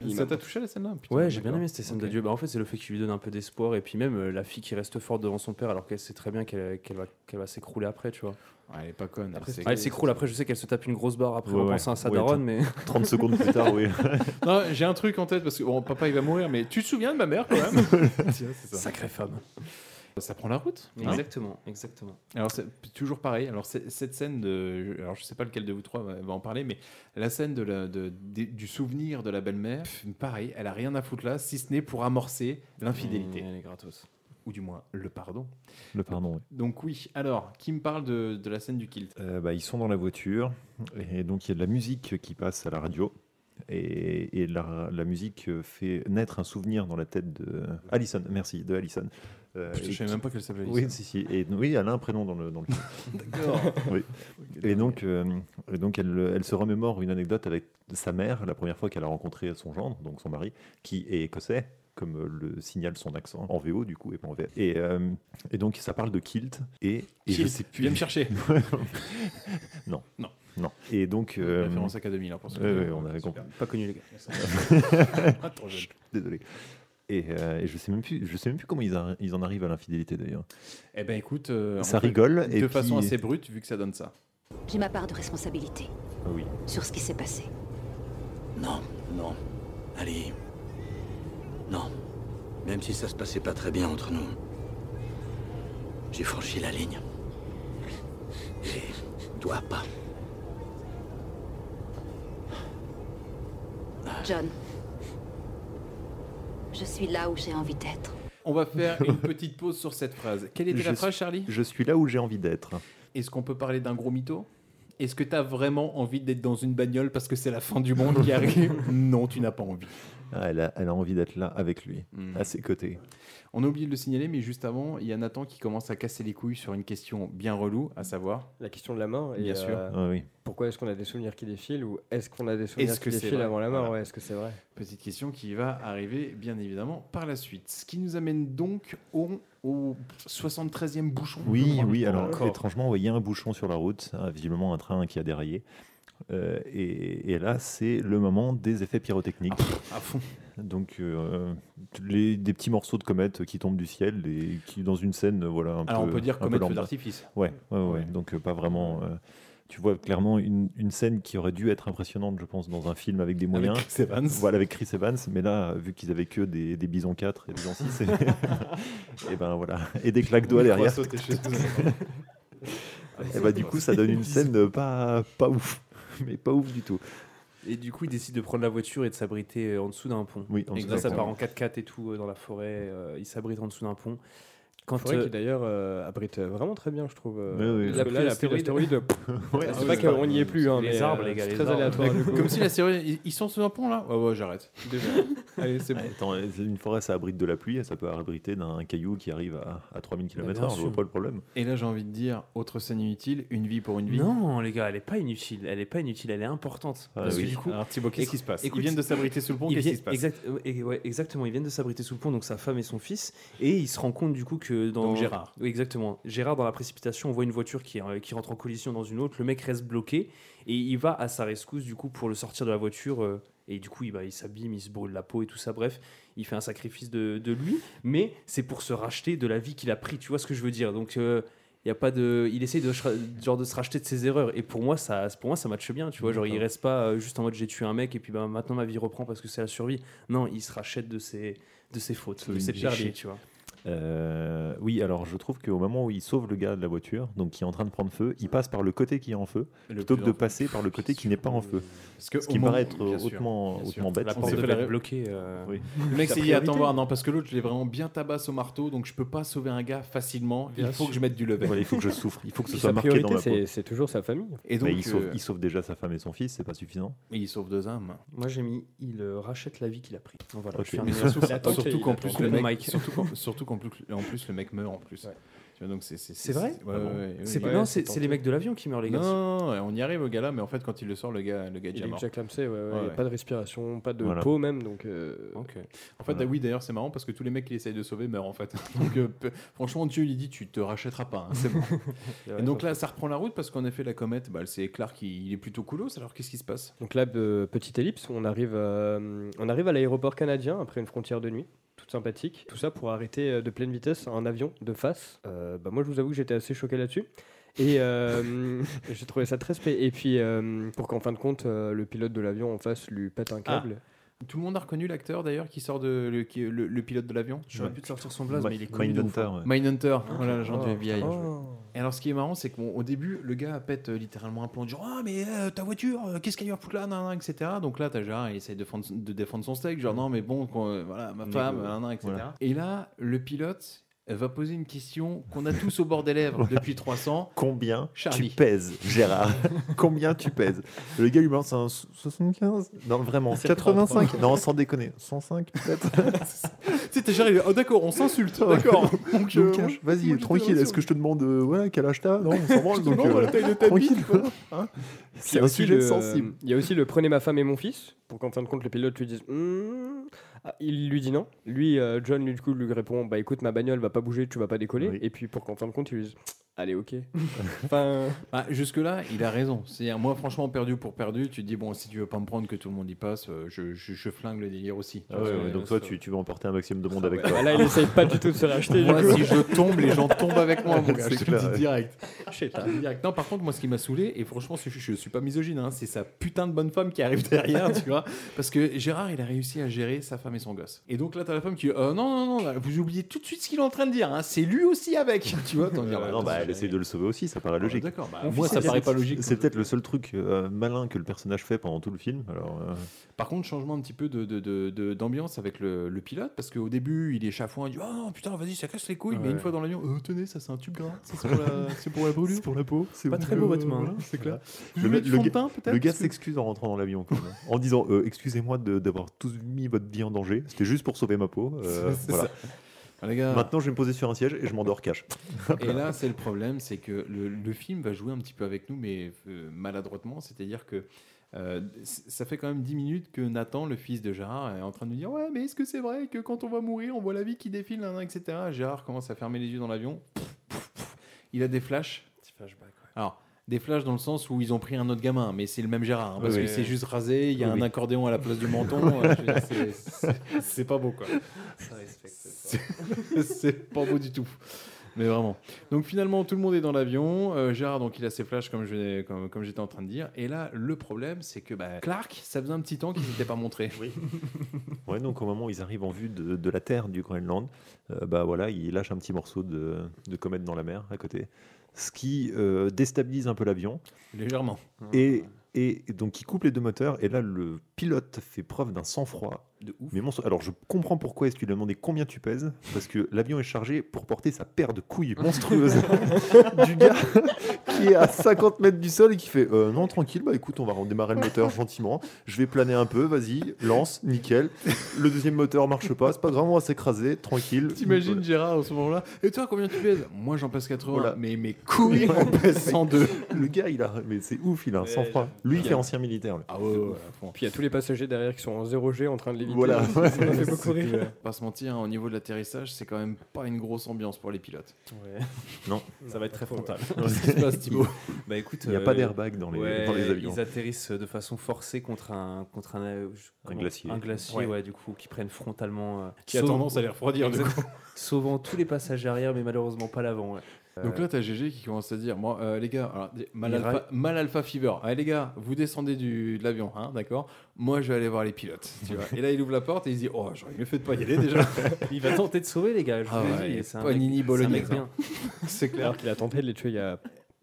oui. Ça t'a touché la scène là Putain, Ouais, j'ai bien d'accord. aimé cette scène de Dieu. Bah, en fait, c'est le fait qu'il lui donne un peu d'espoir et puis même euh, la fille qui reste forte devant son père alors qu'elle sait très bien qu'elle qu'elle va, qu'elle va s'écrouler après, tu vois. elle est pas conne. Après, elle sait- ah, elle s'écroule après, je sais qu'elle se tape une grosse barre après Ouais, en ouais. pensant à sa Ouais, daronne, t- mais. 30 secondes plus tard, oui. Non, j'ai un truc en tête parce que bon, papa il va mourir, mais tu te souviens de ma mère quand même Tiens, c'est ça. Sacrée femme. Ça prend la route. hein Exactement, exactement. Alors c'est toujours pareil. Alors c'est- cette scène de, je- alors je sais pas lequel de vous trois va va en parler, mais la scène de la- de- des- du souvenir de la belle-mère, pff, pareil, elle a rien à foutre là, si ce n'est pour amorcer l'infidélité. Elle est gratos. Ou du moins le pardon. Le pardon, oui. Donc oui. Alors qui me parle de, de la scène du kilt Euh, bah, ils sont dans la voiture et donc il y a de la musique qui passe à la radio et, et la, la musique fait naître un souvenir dans la tête de Allison. Merci de Allison. Euh, Putain, je et savais qui- même pas qu'elle s'appelait Oui, Allison. si, si. Et, oui, elle a un prénom dans le. Dans le... D'accord. Oui. Et donc, euh, et donc elle, elle se remémore une anecdote avec sa mère, la première fois qu'elle a rencontré son gendre, donc son mari, qui est écossais, comme euh, le signale son accent, en VO du coup, et pas en VF. Et, euh, et donc, ça parle de kilt. Et, et je Kilt, sais plus. viens me chercher. non. Non. Non. Et donc. euh, Référence Academy, là, hein, pour ceux qui- ouais, ouais, on avait Super. compris. Pas connu, les gars. Ah, trop jeune. Chut, Désolé. Et, euh, et je sais même plus, je sais même plus comment ils, arri- ils en arrivent à l'infidélité d'ailleurs. Eh ben écoute, euh, ça en fait, rigole de et façon puis- assez brute vu que ça donne ça. J'ai ma part de responsabilité Ah oui. sur ce qui s'est passé. Non, non. Allez. Non. Même si ça se passait pas très bien entre nous. J'ai franchi la ligne. Et dois pas. John, je suis là où j'ai envie d'être. On va faire une petite pause sur cette phrase. Quelle était Je la suis- phrase, Charlie Je suis là où j'ai envie d'être. Est-ce qu'on peut parler d'un gros mytho Est-ce que t'as vraiment envie d'être dans une bagnole parce que c'est la fin du monde qui arrive Non, tu n'as pas envie. Ah, elle, a, elle a envie d'être là avec lui, Mhm. à ses côtés. On a oublié de le signaler, mais juste avant, il y a Nathan qui commence à casser les couilles sur une question bien relou, à savoir. La question de la mort. Et euh, Bien sûr. Ah oui. Pourquoi est-ce qu'on a des souvenirs qui défilent ou est-ce qu'on a des souvenirs Est-ce que qui c'est défilent vrai avant la mort Voilà. ouais, Est-ce que c'est vrai Petite question qui va arriver, bien évidemment, par la suite. Ce qui nous amène donc au, au 73e bouchon. je Oui, crois. oui, alors Encore. étrangement, ouais, il y a un bouchon sur la route, hein, visiblement un train qui a déraillé. Euh, et, et là, c'est le moment des effets pyrotechniques. À fond. Donc, euh, les- des petits morceaux de comètes qui tombent du ciel et qui, dans une scène, euh, voilà. Un Alors, peu, on peut dire un peu comète feu lambda. d'artifice. Ouais, ouais, ouais. Donc, euh, pas vraiment. euh, tu vois clairement une, une scène qui aurait dû être impressionnante, je pense, dans un film avec des moyens. Chris Evans. Voilà, avec Chris Evans. Mais là, vu qu'ils avaient que des, des bisons 4 et des bisons 6, et, et ben voilà. Et des claques doigts On croit derrière. sauter chez eux. et bah, du coup, ça donne une scène euh, pas, pas ouf. Mais pas ouf du tout. Et du coup, il décide de prendre la voiture et de s'abriter euh, en dessous d'un pont. Oui, en et dessous là, d'un ça pont. part en 4x4 et tout euh, dans la forêt. euh, il s'abrite en dessous d'un pont. Quand Forêt euh, qui d'ailleurs euh, abrite euh, vraiment très bien, je trouve. euh, Oui, oui. parce que La là, la pluie pluie d'astéroïdes. d'astéroïdes. Ouais, c'est pas qu'on n'y est plus, hein, Les mais, arbres, euh, les gars, c'est les très arbres. aléatoire. du coup. Comme si la série. ils- Ils sont sur un pont là Ouais, ouais, j'arrête. Déjà. Allez, c'est bon. Attends, euh, une forêt, ça abrite de la pluie, et ça peut abriter d'un caillou qui arrive à, à 3000 bien Bah, km/h, je sûr. vois pas le problème. Et là, j'ai envie de dire autre scène inutile, une vie pour une vie. Non, les gars, elle est pas inutile. Elle est pas inutile, elle est importante. Ah Parce que oui. du coup, Alors, Thibaut, qu'est-ce éc- qui se passe Ils écoute, viennent de s'abriter sous le pont, ils qu'est-ce qui se viennent- passe exact- euh, et ouais, Exactement, ils viennent de s'abriter sous le pont, donc sa femme et son fils. Et il se rend compte du coup que dans. Donc, Gérard. Oui, exactement. Gérard, dans la précipitation, on voit une voiture qui, euh, qui rentre en collision dans une autre. Le mec reste bloqué et il va à sa rescousse du coup pour le sortir de la voiture. euh, et du coup, il, bah, il s'abîme, il se brûle la peau et tout ça. Bref, il fait un sacrifice de, de lui, mais c'est pour se racheter de la vie qu'il a pris. Tu vois ce que je veux dire Donc. euh, il y a pas de il essaye de se ra- genre de se racheter de ses erreurs et pour moi ça pour moi ça matche bien tu vois genre il D'accord. reste pas euh, juste en mode j'ai tué un mec et puis bah, maintenant ma vie reprend parce que c'est la survie non il se rachète de ses de ses fautes de ses péchés tu vois Euh, oui, alors je trouve qu'au moment où il sauve le gars de la voiture, donc qui est en train de prendre feu, il passe par le côté qui est en feu, Le plutôt plus que de en feu. passer par le côté qui n'est pas en feu. que Ce au qui me moment- paraît être bien sûr, hautement, bien sûr. hautement bête. La porte Mais- devait être bloquée, euh. Oui. Le mec Sa s'est dit attends priorité. voir non parce que l'autre je l'ai vraiment bien tabasse au marteau donc je peux pas sauver un gars facilement il Bien faut sûr. que je mette du level Voilà, il faut que je souffre, il faut que ce Sa soit marqué dans priorité, ma peau. c'est- c'est toujours sa famille. Et Bah, donc, il, sauve, euh, il sauve déjà sa femme et son fils, c'est pas suffisant. mais il sauve deux âmes moi j'ai mis il euh, rachète la vie qu'il a pris Donc voilà Ok. je fais un Mais message. surtout- Attends, Ah, surtout il qu'en attend. plus Coupe le mon mec mic. surtout qu'en surtout qu'en qu'en plus, en plus, le mec meurt en plus. Tu vois, donc c'est C'est vrai ouais, Ah ouais, bon ouais, C'est ouais, non, c'est- c'est les tenté. mecs de l'avion qui meurent, les gars. Non, non, non, on y arrive au gars là, mais en fait quand il le sort, le gars, le gars est Il déjà est mort. déjà clamsé, ouais, ouais, Ouais, il y a ouais. pas de respiration, pas de Voilà. peau même, donc. euh, En fait, ah oui, d'ailleurs, c'est marrant parce que tous les mecs qu'il essaye de sauver meurent en fait. Donc, euh, peu- franchement, Dieu, il dit Tu te rachèteras pas, hein, c'est bon. Ouais, et donc ça là, ça reprend la route parce qu'en effet, la comète, bah, c'est Clark, il, il est plutôt coolos. Alors, qu'est-ce qui se passe Donc là, euh, petite ellipse, on arrive, euh, on arrive à l'aéroport canadien après une frontière de nuit, toute sympathique. Tout ça pour arrêter euh, de pleine vitesse un avion de face. Euh, bah moi, je vous avoue que j'étais assez choqué là-dessus. Et euh, j'ai trouvé ça très spé. Et puis, euh, pour qu'en fin de compte, euh, le pilote de l'avion en face lui pète un Ah. câble. Tout le monde a reconnu l'acteur d'ailleurs qui sort de le, qui- le- le pilote de l'avion. J'aurais Ouais. pu te sortir son blaze, Bah, Ma- mais il est connu de Mindhunter, ouf, hein. ouais. Mindhunter, voilà l'agent Oh. du FBI. Oh. Et alors, ce qui est marrant, c'est qu'au début, le gars pète euh, littéralement un plomb, genre Ah, mais euh, ta voiture, euh, qu'est-ce qu'elle y a à foutre là, nan, nan, etc. Donc là, t'as Gérard, il essaie de, défendre- de défendre son steak, genre Non, mais bon, qu'on- euh, voilà, ma Négo. femme, nan, nan, etc. Voilà. Et là, le pilote euh, va poser une question qu'on a tous au bord des lèvres depuis 300. Combien Charlie. tu pèses, Gérard Combien tu pèses Le gars lui lance un so- 75 Non, vraiment, 85 Non, sans déconner, 105 peut-être Tu sais, t'es Gérard, il est, Oh, d'accord, on s'insulte, d'accord. Donc, Donc, euh, moi, cache, vas-y, tranquille, est-ce que je te demande euh, ouais, quel âge t'as Non, on s'en branle, te donc euh, demande la taille de ta bite, tranquille, voilà. hein. Il y C'est a un aussi sujet le- sensible. Il y a aussi le prenez ma femme et mon fils, pour qu'en fin de compte le pilote lui dise Hmm. Ah, il lui dit non. Lui, euh, John, lui, du coup, lui répond bah écoute, ma bagnole va pas bouger, tu vas pas décoller. Et puis pour qu'en fin de compte il lui dise allez, ok. enfin, Ah, Jusque-là, il a raison. C'est-à-dire, moi, franchement, perdu pour perdu, tu te dis Bon, si tu veux pas me prendre que tout le monde y passe, euh, je, je- je flingue le délire aussi. Ah ouais, Ah ouais, donc toi, tu, tu vas emporter un maximum de monde avec toi. bah, là, il essaye pas du tout de se racheter. du Moi, coup. si je tombe, les gens tombent avec moi, mon gars. C'est Je te le clair, dis ouais. direct. Je sais pas, hein, direct. Non, par contre, moi, ce qui m'a saoulé, et franchement, je, je suis pas misogyne, hein, c'est sa putain de bonne femme qui arrive derrière, tu vois. Parce que Gérard, il a réussi à gérer sa femme et son gosse. Et donc là, t'as la femme qui dit Euh, Non, non, non, vous oubliez tout de suite ce qu'il est en train de dire. hein, c'est lui aussi avec. Tu vois, t'en dis, Ah, Euh, bah, non, bah, elle essaie de le sauver aussi, ça paraît logique. d'accord, bah, Mon moi, fils, ça il a paraît dit- pas logique. C'est peut-être le seul truc euh, malin que le personnage fait pendant tout le film. Alors, euh, Par contre, changement un petit peu de- de- de- de- d'ambiance avec le, le pilote, parce qu'au début, il est chafouin, il dit Oh non, putain, vas-y, ça casse les couilles, mais Ouais. une fois dans l'avion, Euh, tenez, ça c'est un tube gras, ça, c'est pour, la- c'est pour la brûlure. C'est pour la peau, c'est Pas très beau votre main. c'est clair. hein, Je vais mettre du fond de gars- teint, peut-être, le gars parce que- s'excuse en rentrant dans l'avion, quand même, hein, en disant euh, Excusez-moi de- d'avoir tous mis votre vie en danger, c'était juste pour sauver ma peau. euh, C'est- c'est voilà. ça. Ah, les gars. Maintenant, je vais me poser sur un siège et je m'endors cash. Et là, c'est le problème, c'est que le, le film va jouer un petit peu avec nous, mais euh, maladroitement. C'est-à-dire que euh, c- ça fait quand même 10 minutes que Nathan, le fils de Gérard, est en train de nous dire Ouais, mais est-ce que c'est vrai que quand on va mourir, on voit la vie qui défile, nan, nan, etc. Gérard commence à fermer les yeux dans l'avion. Il a des flashs. Alors. Des flashs dans le sens où ils ont pris un autre gamin, mais c'est le même Gérard, hein, parce Oui, qu'il oui. s'est juste rasé, il y a Oui, un oui. accordéon à la place du menton, euh, je veux dire, c'est- c'est- c'est pas beau quoi. C'est- C'est pas beau du tout. Mais vraiment. Donc finalement, tout le monde est dans l'avion. Euh, Gérard, donc il a ses flashs, comme je- comme, comme j'étais en train de dire. Et là, le problème, c'est que bah, Clark, ça faisait un petit temps qu'il s'était pas montré. Oui. Ouais, donc au moment où ils arrivent en vue de, de la terre du Groenland, euh, bah voilà, ils lâchent un petit morceau de, de comète dans la mer à côté, ce qui euh, déstabilise un peu l'avion. Légèrement. Et, et donc ils coupent les deux moteurs, et là le pilote fait preuve d'un sang-froid. De ouf. Mais mon sang- Alors je comprends pourquoi est-ce que tu lui as demandé combien tu pèses, parce que l'avion est chargé pour porter sa paire de couilles monstrueuses du gars qui est à 50 mètres du sol et qui fait euh, non tranquille bah écoute on va redémarrer le moteur gentiment je vais planer un peu vas-y lance nickel le deuxième moteur marche pas c'est pas grave on va s'écraser tranquille T'imagines Gérard en ce moment-là Et toi, combien tu pèses Moi, j'en pèse 80. Voilà. Mais mes couilles en pèsent 102. le gars il a mais c'est ouf il a un sang froid lui il est ancien militaire lui. Ah ouais, ouais, ouais, à fond. Puis il y a tous les passagers derrière qui sont en 0G en train de l'éviter. Voilà. Ça m'a fait beaucoup C'était- euh, rire. Pas se mentir, hein, au niveau de l'atterrissage, c'est quand même pas une grosse ambiance pour les pilotes. Non. Ça va être très frontal. Qu'est-ce qui se passe, Thibaut Bah écoute, Il y a pas d'airbag dans les- ouais, dans les avions. Ils atterrissent de façon forcée contre un contre un, euh, je- comment- glacier. Un glacier, ouais. Ouais. du coup, qui prennent frontalement. euh, Qui a sauvant- tendance à les refroidir, du Exact- Sauvant tous les passages arrière, mais malheureusement pas l'avant. ouais. Donc Euh, là, t'as GG qui commence à dire, moi, euh, les gars, alors, des- mal, Il alpha, raille. mal alpha fever. Allez, les gars, vous descendez du, de l'avion, hein, d'accord Moi, je vais aller voir les pilotes. Tu vois et là, il ouvre la porte et il se dit, oh, j'aurais mieux fait de pas y aller déjà. il va tenter de sauver les gars. Je Ah vous l'ai ouais, dit, c'est un Panini mec- Bolognaise, c'est un mec hein. C'est clair. Alors qu'il a tenté de les tuer il y a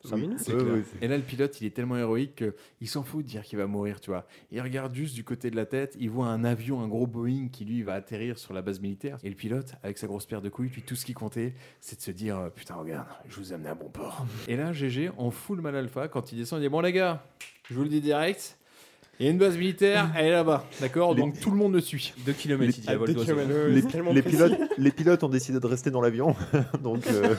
5 minutes. C'est clair. Et là, le pilote, il est tellement héroïque qu'il s'en fout de dire qu'il va mourir, tu vois. Il regarde juste du côté de la tête, il voit un avion, un gros Boeing qui lui va atterrir sur la base militaire. Et le pilote, avec sa grosse paire de couilles, lui, tout ce qui comptait, c'est de se dire euh, Putain, regarde, je vous ai amené à bon port. Et là, GG, en full mal alpha, quand il descend, il dit Bon, les gars, je vous le dis direct, Il y a une base militaire, elle est là-bas, d'accord Les- Donc tout le monde le suit. 2 Les, km, les- Ah, les- les pilotes, les pilotes ont décidé de rester dans l'avion, donc. euh,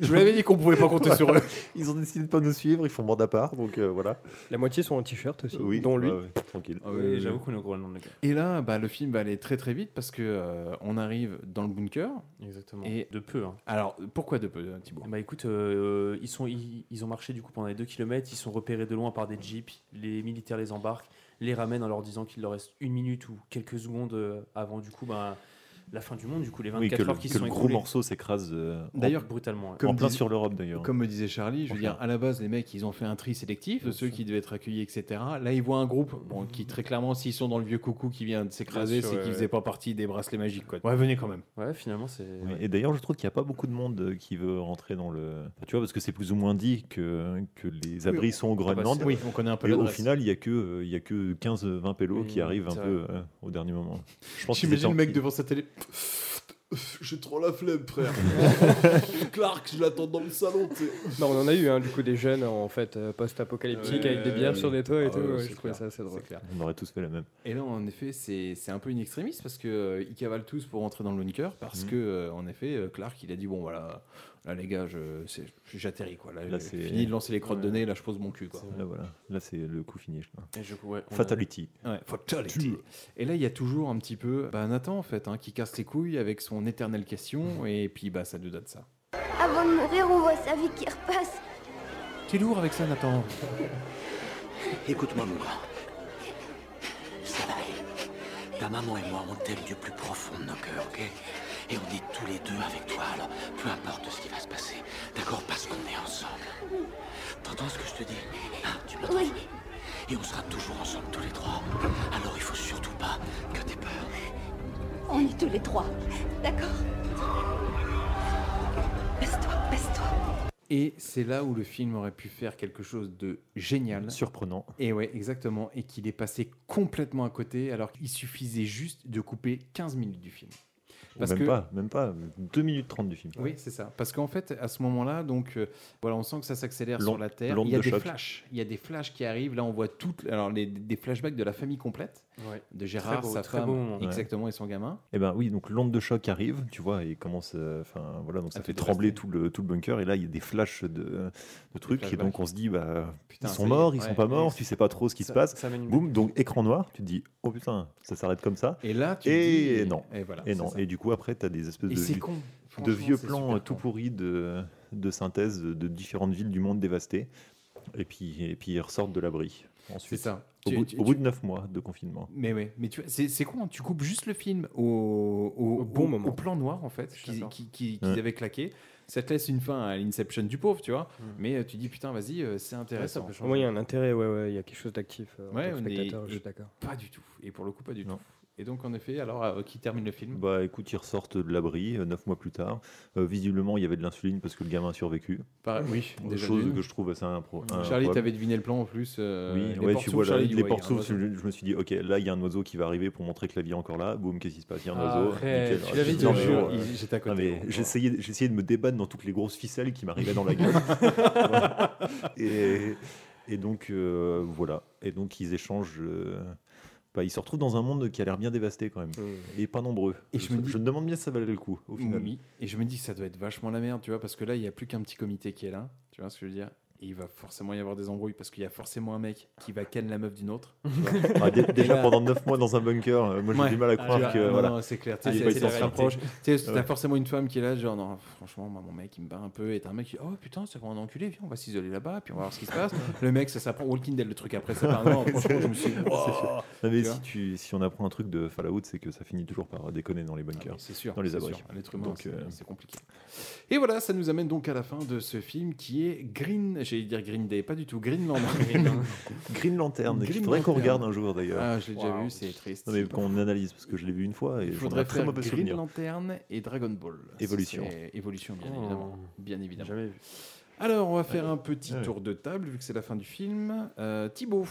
Je vous l'avais dit qu'on pouvait pas compter sur eux. Ils ont décidé de pas nous suivre, ils font bande à part, donc euh, voilà. La moitié sont en t-shirt aussi, Oui, dont lui. ouais, Ah ouais, tranquille. oui, j'avoue qu'on est au Groenland, les gars. Et là, bah, le film va aller très très vite parce que euh, on arrive dans le bunker. Exactement. Et de peu. hein. alors, pourquoi de peu, Thibaut Bah écoute, euh, ils, sont, ils, ils ont marché du coup pendant les 2 km, ils sont repérés de loin par des jeeps, les militaires les embarquent, les ramènent en leur disant qu'il leur reste une minute ou quelques secondes euh, avant du coup bah, la fin du monde, du coup les 24 Oui, que le, heures qui que se sont le gros écoulées. morceau s'écrase euh, en- D'ailleurs, brutalement, ouais. en Comme plein disait- sur l'Europe d'ailleurs. Comme me disait Charlie, je veux dire, à la base, les mecs, ils ont fait un tri sélectif de ceux qui devaient être accueillis, etc. Là, ils voient un groupe bon, qui, très clairement, s'ils sont dans le vieux coucou qui vient de s'écraser, Bien sûr, c'est ouais, qu'ils ouais. faisaient pas partie des bracelets magiques. Quoi. Ouais, venez quand même. Ouais, finalement c'est. Oui, Et d'ailleurs, je trouve qu'il n'y a pas beaucoup de monde euh, qui veut rentrer dans le. Enfin, tu vois, parce que c'est plus ou moins dit que, que les abris on- sont au ah bah, Groenland. c'est- oui, on connaît un peu Et au l'adresse. final, il n'y a que, euh, il y a que 15-20 pélos qui Mm, arrivent un c'est peu euh, au dernier moment. Je pense qu'ils étaient J'imagine en- le mec devant sa télé. J'ai trop la flemme, frère. Clark, je l'attends dans le salon. Non, on en a eu hein, du coup des jeunes en fait euh, post-apocalyptique Ouais, avec des bières ouais, sur des toits et ouais. tout. Ah ouais, ouais, c'est je trouvais clair, ça assez drôle. c'est clair. On aurait tous fait la même. Et là, en effet, c'est c'est un peu une extrémiste parce que euh, ils cavalent tous pour rentrer dans le bunker parce Mhm. que, euh, en effet, euh, Clark, il a dit bon voilà, là les gars, je- c'est- j'atterris quoi. Là, Là, j'ai c'est- fini de lancer les crottes de Ouais. nez, là je pose mon cul quoi. Là, voilà. Là, c'est le coup fini. je crois. Et je- ouais, on a- Fatality. Ouais, fatality. Et là, il y a toujours un petit peu bah, Nathan en fait hein, qui casse les couilles avec son éternelle question et puis bah ça nous donne ça. Avant de mourir, on voit sa vie qui repasse. T'es lourd avec ça, Nathan. Écoute-moi, mon grand. Ça va aller. Ta maman et moi, on t'aime du plus profond de nos cœurs, ok Et on est tous les deux avec toi, alors peu importe ce qui va se passer, d'accord Parce qu'on est ensemble. T'entends ce que je te dis Hein, Tu m'entends Oui. Et on sera toujours ensemble tous les trois. Alors il faut surtout pas que t'aies peur. On est tous les trois. D'accord Baisse-toi, baisse-toi. Et c'est là où le film aurait pu faire quelque chose de génial. Surprenant. Et ouais, exactement. Et qu'il est passé complètement à côté, alors qu'il suffisait juste de couper 15 minutes du film. même pas, même pas. 2 minutes 30 du film. Oui, c'est ça. Parce qu'en fait, à ce moment-là, donc, euh, voilà, on sent que ça s'accélère L'on- sur la Terre. l'onde Il y a de des choc. flashs. Il y a des flashs qui arrivent. Là, on voit toutes, alors, les- des flashbacks de la famille complète. Ouais. De Gérard, Très beau- sa très femme, beau moment. exactement, et son gamin. Et ben oui, donc l'onde de choc arrive, tu vois, et commence. euh, Enfin voilà, donc ça À fait te trembler tout le, tout le bunker, et là il y a des flashs de, de trucs, et flashbacks. donc on se dit, bah, Putain, ils ça y sont est, morts, ils ouais. sont pas morts, tu sais pas trop ce qui Ça- se passe. ça mène une- Boum, donc écran noir, tu te dis, oh putain, ça s'arrête comme ça. Et là, tu te Et dis- non. et voilà, et c'est non. ça. Et du coup, après, tu as des espèces Et de, c'est vieux- con. de Franchement, vieux c'est plans super euh, tout pourris de, de synthèse de, de différentes villes du monde dévastées, et puis, et puis ils ressortent de l'abri. Ensuite, C'est ça. Au, Tu- bout, tu- au bout tu- de 9 mois de confinement. Mais ouais, mais tu vois, c'est c'est con, hein, tu coupes juste le film au, au, bon au- moment. au plan noir en fait, qu'ils qui, qui- qu'ils Ouais. avaient claqué. Ça te laisse une fin à l'inception du pauvre, tu vois. Mm. Mais euh, tu dis putain, vas-y, euh, c'est intéressant. Au moins, il y a un intérêt, ouais, ouais, il y a quelque chose d'actif. euh, en Ouais, tant que on est- spectateur, je et suis d'accord. Pas du tout. Et pour le coup, pas du tout. Et donc, en effet, alors, euh, qui termine le film Bah écoute, ils ressortent de l'abri euh, neuf mois plus tard. Euh, visiblement, il y avait de l'insuline parce que le gamin a survécu. Par- oui, Euh, déjà chose d'une. Mmh. que je trouve assez impro. Charlie, improbable. t'avais deviné le plan en plus. euh, Oui, les ouais, portes tu s'ouvrent, vois, là, Charlie, hein, les ouais, il portes y a un s'ouvrent. Je, je me suis dit, ok, là, il y a un oiseau qui va arriver pour montrer que la vie est encore là. Boum, qu'est-ce qui se passe Il y a un oiseau. Ah, Arrête, nickel. tu l'avais dit, Non, je mais jure, bon, il- j'étais à côté, hein, non, Ah, mais bon, J'essayais j'essayais de me débattre dans toutes les grosses ficelles qui m'arrivaient dans la gueule. et, et donc, euh, voilà. Et donc, ils échangent. euh, bah, ils se retrouvent dans un monde qui a l'air bien dévasté quand même. Et pas nombreux. Et je me dis- demande bien si ça valait le coup au final. Mm. Oui, et je me dis que ça doit être vachement la merde, tu vois, parce que là, il n'y a plus qu'un petit comité qui est là, tu vois ce que je veux dire Et il va forcément y avoir des embrouilles, parce qu'il y a forcément un mec qui va ken la meuf d'une autre. tu vois. Ah, dé- Et déjà là- pendant 9 mois dans un bunker, euh, moi j'ai Ouais. du mal à Ah, croire tu vois, que. non, voilà. Ah, non, c'est clair, tu Il sais, est pas c'est s'en la réalité. rapproche. Tu sais, t'as Ouais. forcément une femme qui est là, genre, non, franchement, moi, mon mec, il me bat un peu, et t'as un mec qui dit, oh putain, c'est vraiment un enculé, viens, on va s'isoler là-bas, puis on va voir ce qui se passe. le mec, ça s'apprend, Walking Dead, le truc après, ça part, non, franchement, je me suis dit, C'est Wow. sûr. Non, mais Tu vois si, tu- si on apprend un truc de Fallout, c'est que ça finit toujours par déconner dans les bunkers. Ah c'est sûr. euh, Dans les c'est abris. sûr. Un être humain, Donc, c'est euh, c'est compliqué. Et voilà, ça nous amène donc à la fin de ce film qui est Green, j'allais dire Green Day, pas du tout, Greenland. Green Lantern, Green qu'il faudrait qu'on Lantern. regarde un jour d'ailleurs. Ah, je l'ai déjà Waouh. vu, c'est triste. Non, mais qu'on analyse parce que je l'ai vu une fois et Il j'en ai faudrait un très faire mauvais Green souvenir. Lantern et Dragon Ball. Ça, Évolution. c'est Évolution, bien Oh. évidemment. Bien évidemment. Jamais vu. Alors, on va faire un petit Ouais. tour de table vu que c'est la fin du film. Euh, Thibaut,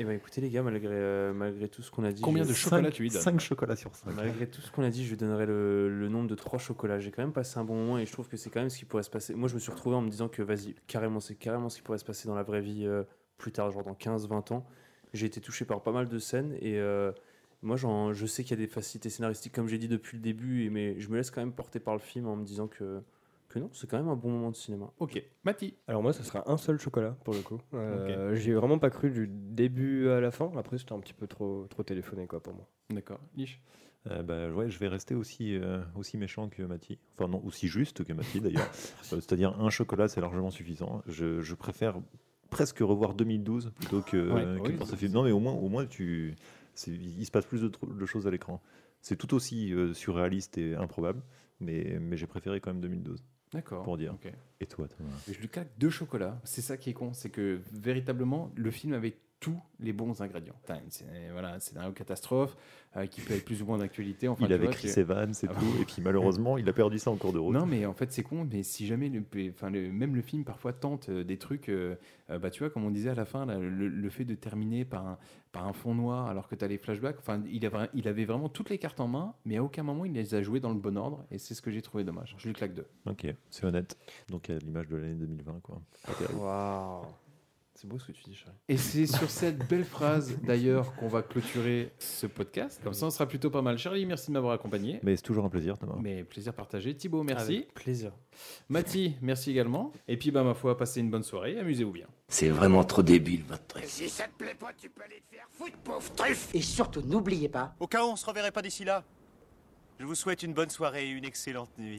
Et bah écoutez les gars, malgré, euh, malgré tout ce qu'on a dit... Combien je- de chocolats Cinq- tu lui donnes cinq chocolats sur cinq. Malgré tout ce qu'on a dit, je lui donnerai le, le nombre de 3 chocolats. J'ai quand même passé un bon moment et je trouve que c'est quand même ce qui pourrait se passer. Moi je me suis retrouvé en me disant que vas-y, carrément, c'est carrément ce qui pourrait se passer dans la vraie vie euh, plus tard, genre dans 15-20 ans, j'ai été touché par pas mal de scènes et euh, moi, j'en- je sais qu'il y a des facilités scénaristiques, comme j'ai dit depuis le début, et- mais je me laisse quand même porter par le film en me disant que, que non, c'est quand même un bon moment de cinéma. Ok, Mati. Alors moi, ça sera un seul chocolat pour le coup. Euh, J'y ai vraiment pas cru du début à la fin. Après, c'était un petit peu trop, trop téléphoné quoi pour moi. D'accord. Lich Euh, bah, ouais, je vais rester aussi, euh, aussi méchant que Mathie. Enfin, non, aussi juste que Mathie d'ailleurs. Euh, C'est-à-dire, un chocolat, c'est largement suffisant. hein. Je, je préfère presque revoir 2012 plutôt que, Ouais, que oui, pour bah, ce film. Non, mais au moins, au moins tu, c'est- il se passe plus de, tro- de choses à l'écran. C'est tout aussi euh, surréaliste et improbable, mais, mais j'ai préféré quand même 2012. D'accord, Pour dire. ok. Et toi, Thomas Je lui claque deux chocolats. C'est ça qui est con, c'est que véritablement, le film avait tous les bons ingrédients. Putain, c'est- Voilà, c'est un catastrophe euh, qui peut être plus ou moins d'actualité. Enfin, Il tu avait vois, écrit c'est- ses vannes, c'est Ah bah. tout. Et puis malheureusement, il a perdu ça en cours de route. Non, mais en fait, c'est con, mais si jamais, le, enfin, le- même le film parfois tente euh, des trucs, euh, euh, bah, tu vois, comme on disait à la fin, là, le, le fait de terminer par un, par un fond noir alors que tu as les flashbacks, enfin, il avait, il avait vraiment toutes les cartes en main, mais à aucun moment il les a jouées dans le bon ordre, et c'est ce que j'ai trouvé dommage. Je lui claque deux. Ok, c'est honnête. Donc à l'image de l'année 2020, quoi. Pas terrible. Waouh C'est beau ce que tu dis, chérie. Et c'est sur cette belle phrase d'ailleurs qu'on va clôturer ce podcast. Comme ça, on sera plutôt pas mal. Charlie, merci de m'avoir accompagné. Mais c'est toujours un plaisir, Thomas. Mais plaisir partagé. Thibaut, merci. Avec plaisir. Mathie, merci également. Et puis, bah, ma foi, passez une bonne soirée. Amusez-vous bien. C'est vraiment trop débile, votre truc. Si ça te plaît pas, tu peux aller te faire foutre, pauvre Et surtout, n'oubliez pas. Au cas où on se reverrait pas d'ici là, je vous souhaite une bonne soirée et une excellente nuit.